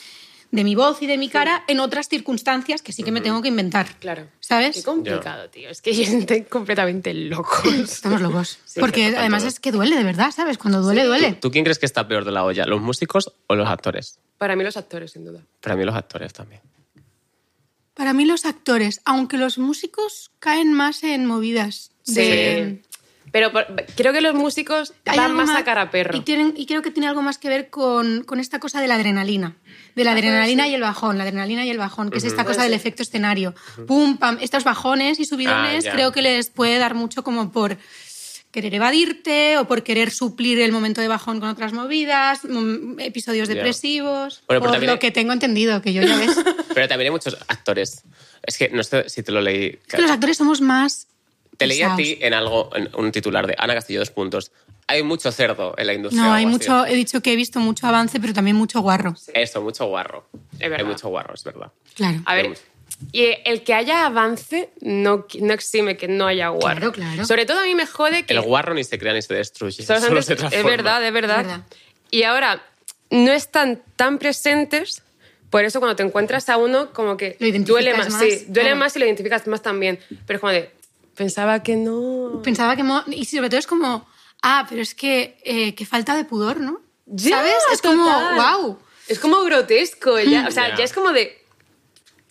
de mi voz y de mi cara en otras circunstancias que sí que me tengo que inventar. Claro. Qué ¿Sabes? complicado, tío. Es que hay gente completamente locos. Estamos locos. Sí, porque total, además todo. es que duele, de verdad, ¿sabes? Cuando duele, duele. ¿Tú quién crees que está peor de la olla? ¿Los músicos o los actores? Para mí los actores, sin duda. Para mí los actores también. Para mí los actores, aunque los músicos caen más en movidas. de- Pero por- creo que los músicos Hay van algo más a cara a perro. Y, tienen- y creo que tiene algo más que ver con, con esta cosa de la adrenalina. De la Ah, adrenalina y el bajón, la adrenalina y el bajón, que es esta cosa del efecto escenario. Pum, pam, estos bajones y subidones Ah, ya. creo que les puede dar mucho como por querer evadirte o por querer suplir el momento de bajón con otras movidas, mm, episodios Ya. depresivos, Bueno, pero por también lo hay- que tengo entendido, que yo ya ves. es Pero también hay muchos actores. Es que no sé si te lo leí. que los actores somos más... Te leí a ti pesados. en algo, en un titular de Ana Castillo, dos puntos. Hay mucho cerdo en la industria. No, o hay algo mucho, así. he dicho que he visto mucho avance, pero también mucho guarro. Eso, mucho guarro. Hay verdad. mucho guarro, es verdad. Claro. A ver, y el que haya avance no, qui- no exime que no haya guarro. Claro, claro. Sobre todo a mí me jode que... El guarro ni se crea ni se destruye. Solo Solo, antes- se transforma. es verdad, es verdad, Es verdad. Y ahora no están tan presentes, por eso cuando te encuentras a uno, como que Lo identificas duele más. más, sí, duele claro. más y lo identificas más también. Pero es como de, pensaba que no. Pensaba que... mo- Y sobre todo es como, ah, pero es que eh, qué falta de pudor, ¿no? Ya, ¿Sabes? Es total. como, wow. Es como grotesco, ya. O sea, Ya. ya es como de.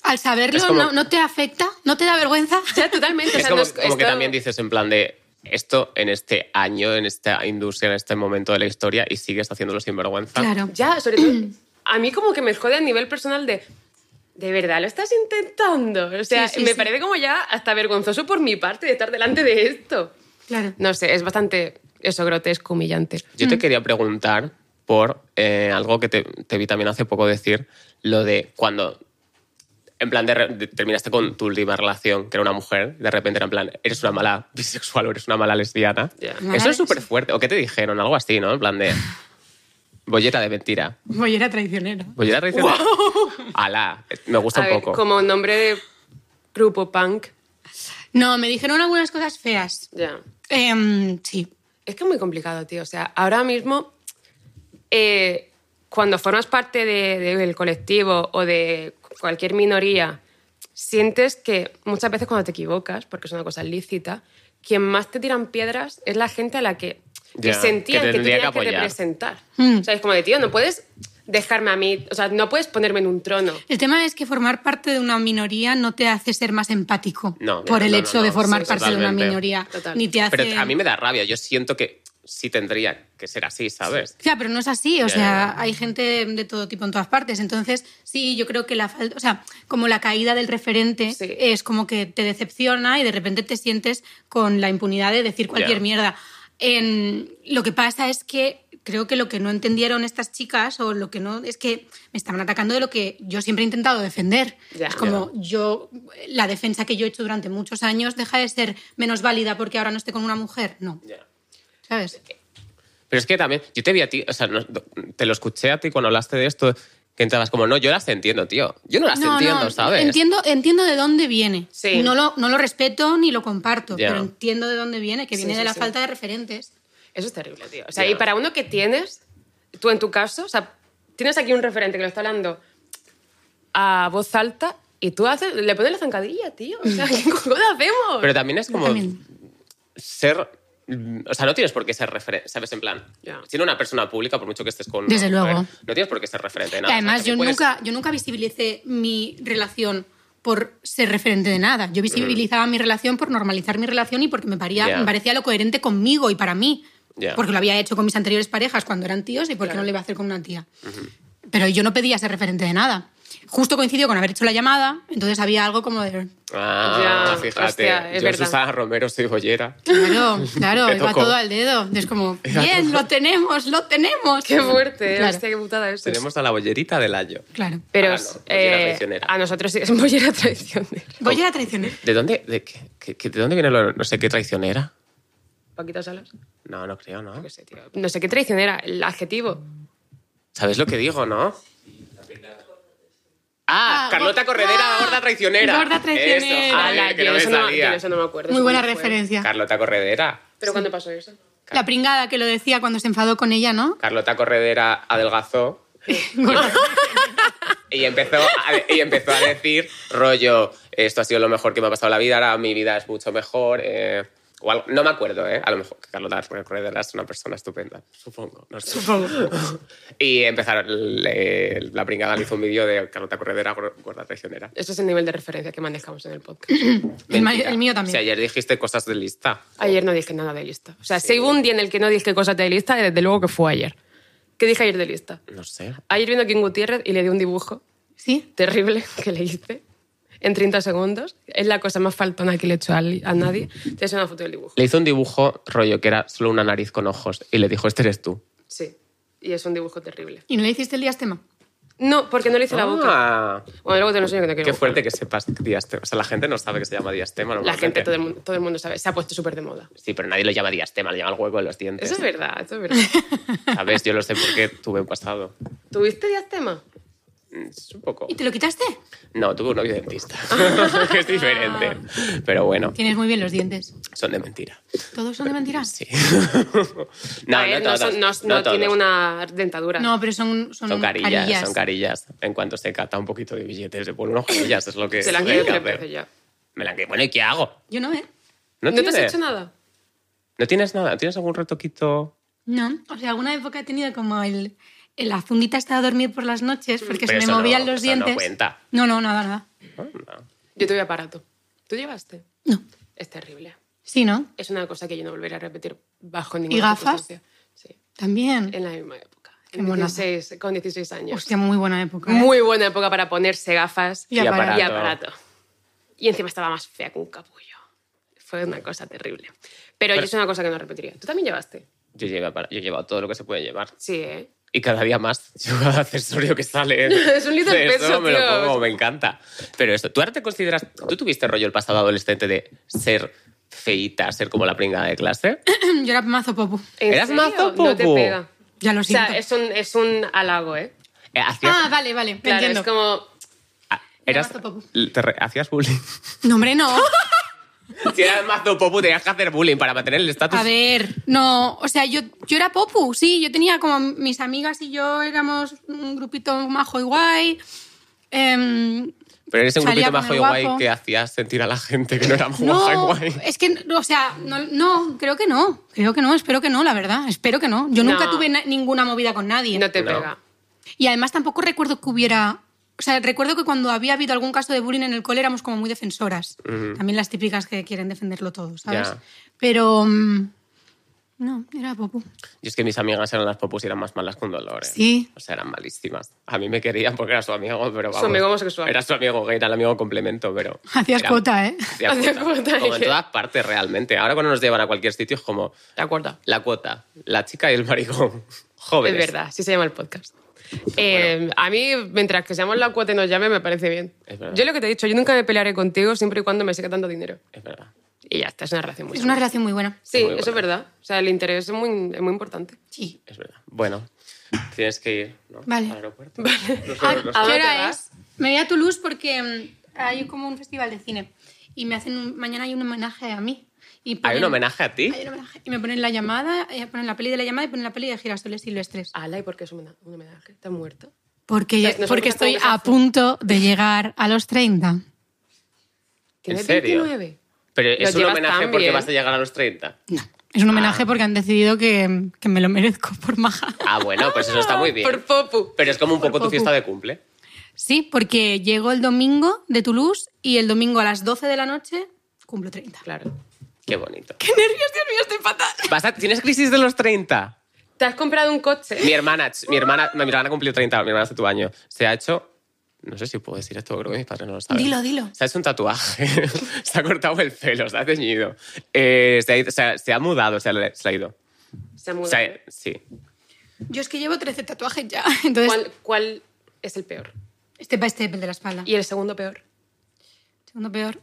Al saberlo, Es como- no, ¿no te afecta? ¿No te da vergüenza? Ya, totalmente. o Es sea, como, no es- como que esto- también dices en plan de esto en este año, en esta industria, en este momento de la historia y sigues haciéndolo sin vergüenza. Claro. Ya, sobre todo. a mí, como que me jode a nivel personal de. De verdad, lo estás intentando. O sea, Sí, sí, me sí. parece como ya hasta vergonzoso por mi parte de estar delante de esto. Claro. No sé, es bastante eso grotesco, humillante. Yo te quería preguntar por eh, algo que te, te vi también hace poco decir, lo de cuando, en plan, de, re- de- terminaste con tu última relación, que era una mujer, de repente era en plan, eres una mala bisexual o eres una mala lesbiana. Ya. Eso Mala es lesbiana. súper fuerte. ¿O qué te dijeron? Algo así, ¿no? En plan de... Bolleta de mentira. Voy era traicionero. Bolleta tradicional. Alá. Me gusta A un ver, poco. como nombre de grupo punk, No, me dijeron algunas cosas feas. ya. Em, sí. Es que es muy complicado, tío. O sea, ahora mismo, eh, cuando formas parte de- de- del colectivo o de cualquier minoría, sientes que muchas veces cuando te equivocas, porque es una cosa lícita, quien más te tiran piedras es la gente a la que, que Ya, sentían que que, tú tendría que tenías que, apoyar. representar. Mm. O sea, es como de, tío, no puedes dejarme a mí, o sea, no puedes ponerme en un trono. El tema es que formar parte de una minoría no te hace ser más empático No, por no, el no, hecho no, de no, formar sí, parte de una totalmente. minoría. Total. Ni te hace... Pero a mí me da rabia. Yo siento que sí tendría que ser así, ¿sabes? Ya, pero no es así, o Ya, sea, ya, hay gente de todo tipo en todas partes. Entonces, sí, yo creo que la falta, o sea, como la caída del referente Sí. es como que te decepciona y de repente te sientes con la impunidad de decir cualquier Ya. mierda. En- lo que pasa es que creo que lo que no entendieron estas chicas o lo que no es que me estaban atacando de lo que yo siempre he intentado defender. Ya. es como yo la defensa que yo he hecho durante muchos años deja de ser menos válida porque ahora no esté con una mujer, no, ¿sabes? Pero es que también, yo te vi a ti, o sea, no- te lo escuché a ti cuando hablaste de esto, que entrabas como, no, yo las entiendo, tío. Yo no las entiendo, ¿sabes? Entiendo, entiendo de dónde viene. Sí. No, lo, no lo respeto ni lo comparto, Ya. pero entiendo de dónde viene, que Sí, viene sí, de la sí. falta de referentes. Eso es terrible, tío. O sea, Ya. y para uno que tienes, tú en tu caso, o sea, tienes aquí un referente que lo está hablando a voz alta y tú haces, le pones la zancadilla, tío. O sea, ¿qué cojones hacemos? Pero también es como También. ser... O sea, no tienes por qué ser referente, ¿sabes? En plan, Ya. siendo una persona pública, por mucho que estés con... una Desde mujer, luego. No tienes por qué ser referente de Que nada. además, O sea, yo, también puedes- nunca, yo nunca visibilicé mi relación por ser referente de nada. Yo visibilizaba mi relación por normalizar mi relación y porque me, paría- Mm. Ya. me parecía lo coherente conmigo y para mí. Ya. Porque lo había hecho con mis anteriores parejas cuando eran tíos y porque Claro. no lo iba a hacer con una tía. Pero yo no pedía ser referente de nada. Justo coincidió con haber hecho la llamada, entonces había algo como de... Ah, Ya, fíjate. hostia, es yo, verdad. Pues Susana Romero, soy bollera. Claro, claro, Te iba tocó. todo al dedo. Es como, bien, lo tenemos, lo tenemos. Qué fuerte, este Claro. hostia, qué putada eso. Tenemos a la bollerita del año. Claro. Pero eh, Ah, no, bollera traicionera. a nosotros sí es bollera traicionera. Voy a ¿eh? ir a traicionar. ¿De dónde, de, qué- qué- qué- de dónde viene lo no sé qué traicionera? Paquita Salas. No, no creo, ¿no? No sé, tío. No sé qué traicionera, el adjetivo. ¿Sabéis lo que digo, no? Ah, Ah, Carlota go- Corredera, Ah, gorda traicionera. gorda traicionera. Eso, joder, Ala, que Ah, yo no me eso no, salía. yo eso no me acuerdo. Muy eso buena no me fue. referencia. Carlota Corredera. ¿Pero cuándo pasó eso? La pringada que lo decía cuando se enfadó con ella, ¿no? Carlota Corredera adelgazó y empezó a, y empezó a decir rollo, esto ha sido lo mejor que me ha pasado en la vida, ahora mi vida es mucho mejor. eh, o algo- no me acuerdo, ¿eh? A lo mejor que Carlota Corredera es una persona estupenda, supongo. No sé. Y empezaron, le- la pringada le hizo un vídeo de Carlota Corredera, gor- gorda traicionera. Esto es el nivel de referencia que manejamos en el podcast. El ma- Mentira. el mío también. Si ayer dijiste cosas de lista. Ayer no dije nada de lista. O sea, si hubo un día en el que no dije cosas de lista, desde luego que fue ayer. ¿Qué dije ayer de lista? No sé. Ayer vino a King Gutiérrez y le di un dibujo Sí. terrible que le hice en 30 segundos. Es la cosa más faltona que le he hecho a, li- a nadie. Te es una foto del dibujo. Le hizo un dibujo rollo que era solo una nariz con ojos y le dijo, este eres tú. Sí. Y es un dibujo terrible. ¿Y no le hiciste el diastema? No, porque no le hice la boca. Ah, Bueno, luego te lo enseño que no quiero. qué fuerte que sepas diastema. O sea, la gente no sabe que se llama diastema. La normalmente. gente, todo el, mundo, todo el mundo sabe. Se ha puesto súper de moda. Sí, pero nadie lo llama diastema, le llama el hueco de los dientes. Eso es verdad, eso es verdad. ¿Sabes? Yo lo sé porque tuve un pasado. ¿Tuviste diastema? Mm, Es un poco... ¿Y te lo quitaste? No, tuve un novio dentista. Ah. que es diferente. Pero bueno, Tienes muy bien los dientes. son de mentira. ¿Todos son de mentiras? Sí. no, A ver, no, son- todos, no- no tiene todos. una dentadura. No, pero son, son, Son carillas, son carillas. En cuanto se cata un poquito de billetes, se pone unos carillas, es lo que Se la han hay caído que tres hacer. veces ya. Me la han caído. Bueno, ¿y qué hago? Yo no, ¿eh? No, ¿No te has tienes- hecho nada? No tienes nada, ¿tienes algún retoquito? No. O sea, alguna época he tenido como el... el- La fundita estaba a dormir por las noches porque Pero se eso me no- movían los eso no dientes. cuenta. no, no, nada, nada. Ah, no. Yo tuve aparato. ¿Tú llevaste? No. Es terrible. Sí, ¿no? Es una cosa que yo no volveré a repetir bajo ninguna ¿Y gafas? circunstancia. Sí, También. en la misma época. Qué En monada. 16, con 16 años. Hostia, muy buena época. ¿eh? Muy buena época para ponerse gafas Y aparato. y aparato. Y encima estaba más fea que un capullo. Fue una cosa terrible. Pero, yo es una cosa que no repetiría. ¿Tú también llevaste? Yo, llevo, yo he llevado todo lo que se puede llevar. Sí, ¿eh? Y cada día más, yo cada accesorio que sale. Es un little de eso peso, me lo tío. pongo, me encanta. Pero esto, ¿tú ahora te consideras. ¿Tú tuviste rollo el pasado adolescente de ser feíta, ser como la pringada de clase? Yo era mazo popu. ¿En ¿Eras serio? mazo No te popo? pega. Ya lo O sea, siento. es un, es un halago, ¿eh? Eh, ¿Hacías, Ah, vale, vale. me Claro, entiendo. es como... ah, eras, mazo popu. te re- ¿Hacías bullying? No, hombre, no. Ah, si eras mazo popu, tenías que hacer bullying para mantener el estatus. pues A ver, no. O sea, yo, yo era popu, sí. Yo tenía como mis amigas y yo éramos un grupito majo y guay. Em, Pero eres un Salía grupito con majo el y guay guapo. que hacías sentir a la gente que no era majo y No, guay. es que, o sea, no, no, creo que no. Creo que no, espero que no, la verdad. Espero que no. Yo nunca No. tuve na- ninguna movida con nadie. No te No. pega. Y además tampoco recuerdo que hubiera... O sea, recuerdo que cuando había habido algún caso de bullying en el cole éramos como muy defensoras. Ujú. También las típicas que quieren defenderlo todo, ¿sabes? Ya. Pero... mm, No, era popo. Yo es que mis amigas eran las popus y eran más malas con dolores. Sí. O sea, eran malísimas. A mí me querían porque era su amigo, pero vamos. amigo homosexual. Era su amigo gay, era el amigo complemento, pero... Hacías era- cuota, ¿eh? Hacía Hacía cuota. cuota, Como en dije. todas partes, realmente. Ahora cuando nos llevan a cualquier sitio es como ¿Te acuerdas? la cuota, la chica y el maricón. Jóvenes. Es verdad, sí se llama el podcast. Eh, A mí, mientras que seamos la cuota y nos llame, me parece bien. Es verdad. Yo lo que te he dicho, yo nunca me pelearé contigo siempre y cuando me saque tanto dinero. Es verdad. Y ya está, es una relación muy Es una sana. relación muy buena. Sí, Muy eso es verdad. O sea, el interés es muy, es muy importante. Sí. Es verdad. Bueno, tienes que ir, ¿no? Vale. Al aeropuerto. Vale. Ah, ¿A ¿Qué dónde hora vas? es? Me voy a Toulouse porque mm, hay como un festival de cine y me hacen un- mañana hay un homenaje a mí. Y ¿Hay ponen- un homenaje a ti? hay un homenaje. Y me ponen la llamada, eh, ponen la peli de la llamada y ponen la peli de Girasoles Silvestres. Ala, ¿y por qué es un homena- un homenaje? ¿Estás muerta? Porque, Pues nosotros porque estamos estoy a deshaciendo. punto de llegar a los 30. ¿Tienes serio? 29? Pero Lo es un llevas homenaje tan porque bien. vas a llegar a los 30. Es un homenaje porque han decidido que, que me lo merezco por maja. Ah, bueno, pues eso está muy bien. Por popu. Pero es como un poco tu poco. fiesta de cumple. Sí, porque llego el domingo de Toulouse y el domingo a las 12 de la noche cumplo 30. Claro. Qué bonito. ¡Qué nervios, Dios mío, estoy fatal! Vas a- ¿Tienes crisis de los 30? ¿Te has comprado un coche? Mi hermana, ch- mi hermana, no, mi hermana cumplió 30, mi hermana hace tu año. Se ha hecho, no sé si puedo decir esto, creo que mis padres no lo saben. Dilo, dilo. Se ha hecho un tatuaje, se ha cortado el pelo, se ha ceñido, Eh, se, ha, ido- se ha- se ha mudado, se ha, se ha ido. Se ha O mudado. sea, eh, sí. Yo es que llevo 13 tatuajes ya, entonces... ¿Cuál, cuál es el peor? Este by step, el de la espalda. ¿Y el segundo peor? Segundo peor.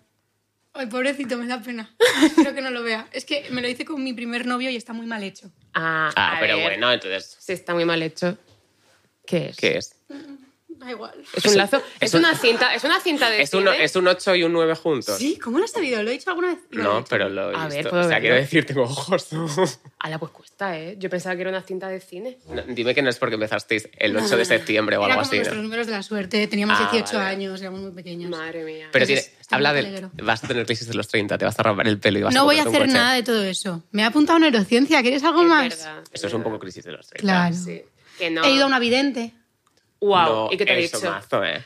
Ay, pobrecito, me da pena. Espero que no lo vea. Es que me lo hice con mi primer novio y está muy mal hecho. Ah, Ah, a pero ver, bueno, entonces, Si está muy mal hecho, ¿qué es? ¿qué es? Da igual. Es un lazo. Es, es un- una cinta. Es una cinta de. ¿Es un, cine. es un 8 y un 9 juntos? Sí, ¿cómo lo has sabido? ¿Lo he dicho alguna vez? Igual lo he No, dicho. pero lo he A ver, visto. puedo o sea, verlo. quiero decir, tengo ojos. Ala, pues cuesta, ¿eh? Yo pensaba que era una cinta de cine. No, dime que no es porque empezasteis el 8 de septiembre o Era algo como así. ¿no? nuestros números de la suerte. Teníamos Ah, 18 vale. años, éramos muy pequeños. Madre mía. Pero Entonces, tiene- está habla muy de... alegro. Vas a tener crisis de los 30, te vas a romper el pelo y vas a No voy a comprarte un hacer coche. nada de todo eso. Me he apuntado a neurociencia. ¿Quieres algo Es más? verdad, Eso es un verdad. poco crisis de los 30. Claro. Sí. Que no. He ido a una vidente. Wow. No, ¿Y qué te ha eso, dicho? mazo, eh.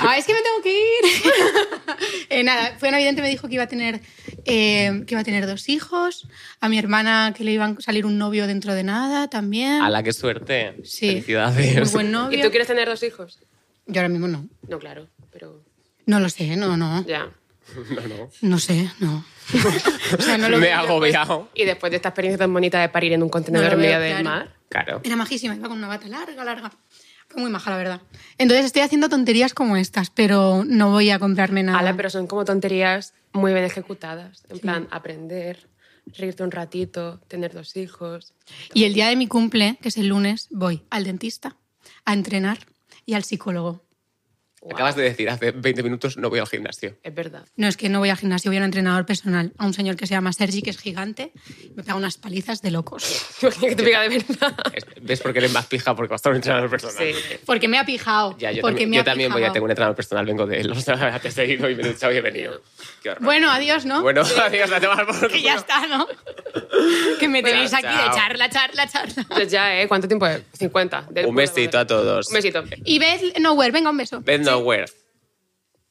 Ah, es que me tengo que ir. Eh, nada, fue una vidente, me dijo que iba a tener eh, que iba a tener dos hijos, a mi hermana que le iban a salir un novio dentro de nada también. A la que suerte. Ah. Sí. Muy Felicidades. buen ¿Y novio. tú quieres tener dos hijos? Yo ahora mismo no. No, claro. Pero No lo sé, no, no. ya. No, no. No sé, no. o sea, no lo pues. Me he veo. agobiado. Y después de esta experiencia tan bonita de parir en un No contenedor lo en medio veo, del claro. mar. Claro. Era majísima, iba con una bata larga, larga. Fue muy maja, la verdad. Entonces estoy haciendo tonterías como estas, pero no voy a comprarme nada. Ala, pero son como tonterías muy bien ejecutadas. En plan, aprender, reírte un ratito, tener dos hijos. Y el día de mi cumple, que es el lunes, voy al dentista, a entrenar y al psicólogo. Guau, Acabas de decir hace 20 minutos no voy al gimnasio. Es verdad. No, es que no voy al gimnasio, voy a un entrenador personal, a un señor que se llama Sergi, que es gigante, me pega unas palizas de locos. Imagina que te pega de verdad. Es- ¿Ves por qué eres más pija? Porque vas a estar un entrenador personal. Sí. Porque me ha pijado. Ya, yo porque también, me yo ha también voy a pijao. tener un entrenador personal, vengo de él. O sea, te he seguido y me he duchado y he venido. Qué horror. Bueno, adiós, ¿no? Bueno, adiós, la tomar por que ya culo. está, ¿no? que me Chao, tenéis aquí chao. de charla, charla, charla. Pues ya, ¿eh? ¿Cuánto tiempo es? 50. Del Un besito a todos. Un besito. Y ves Nowhere, venga, un beso. Bed nowhere.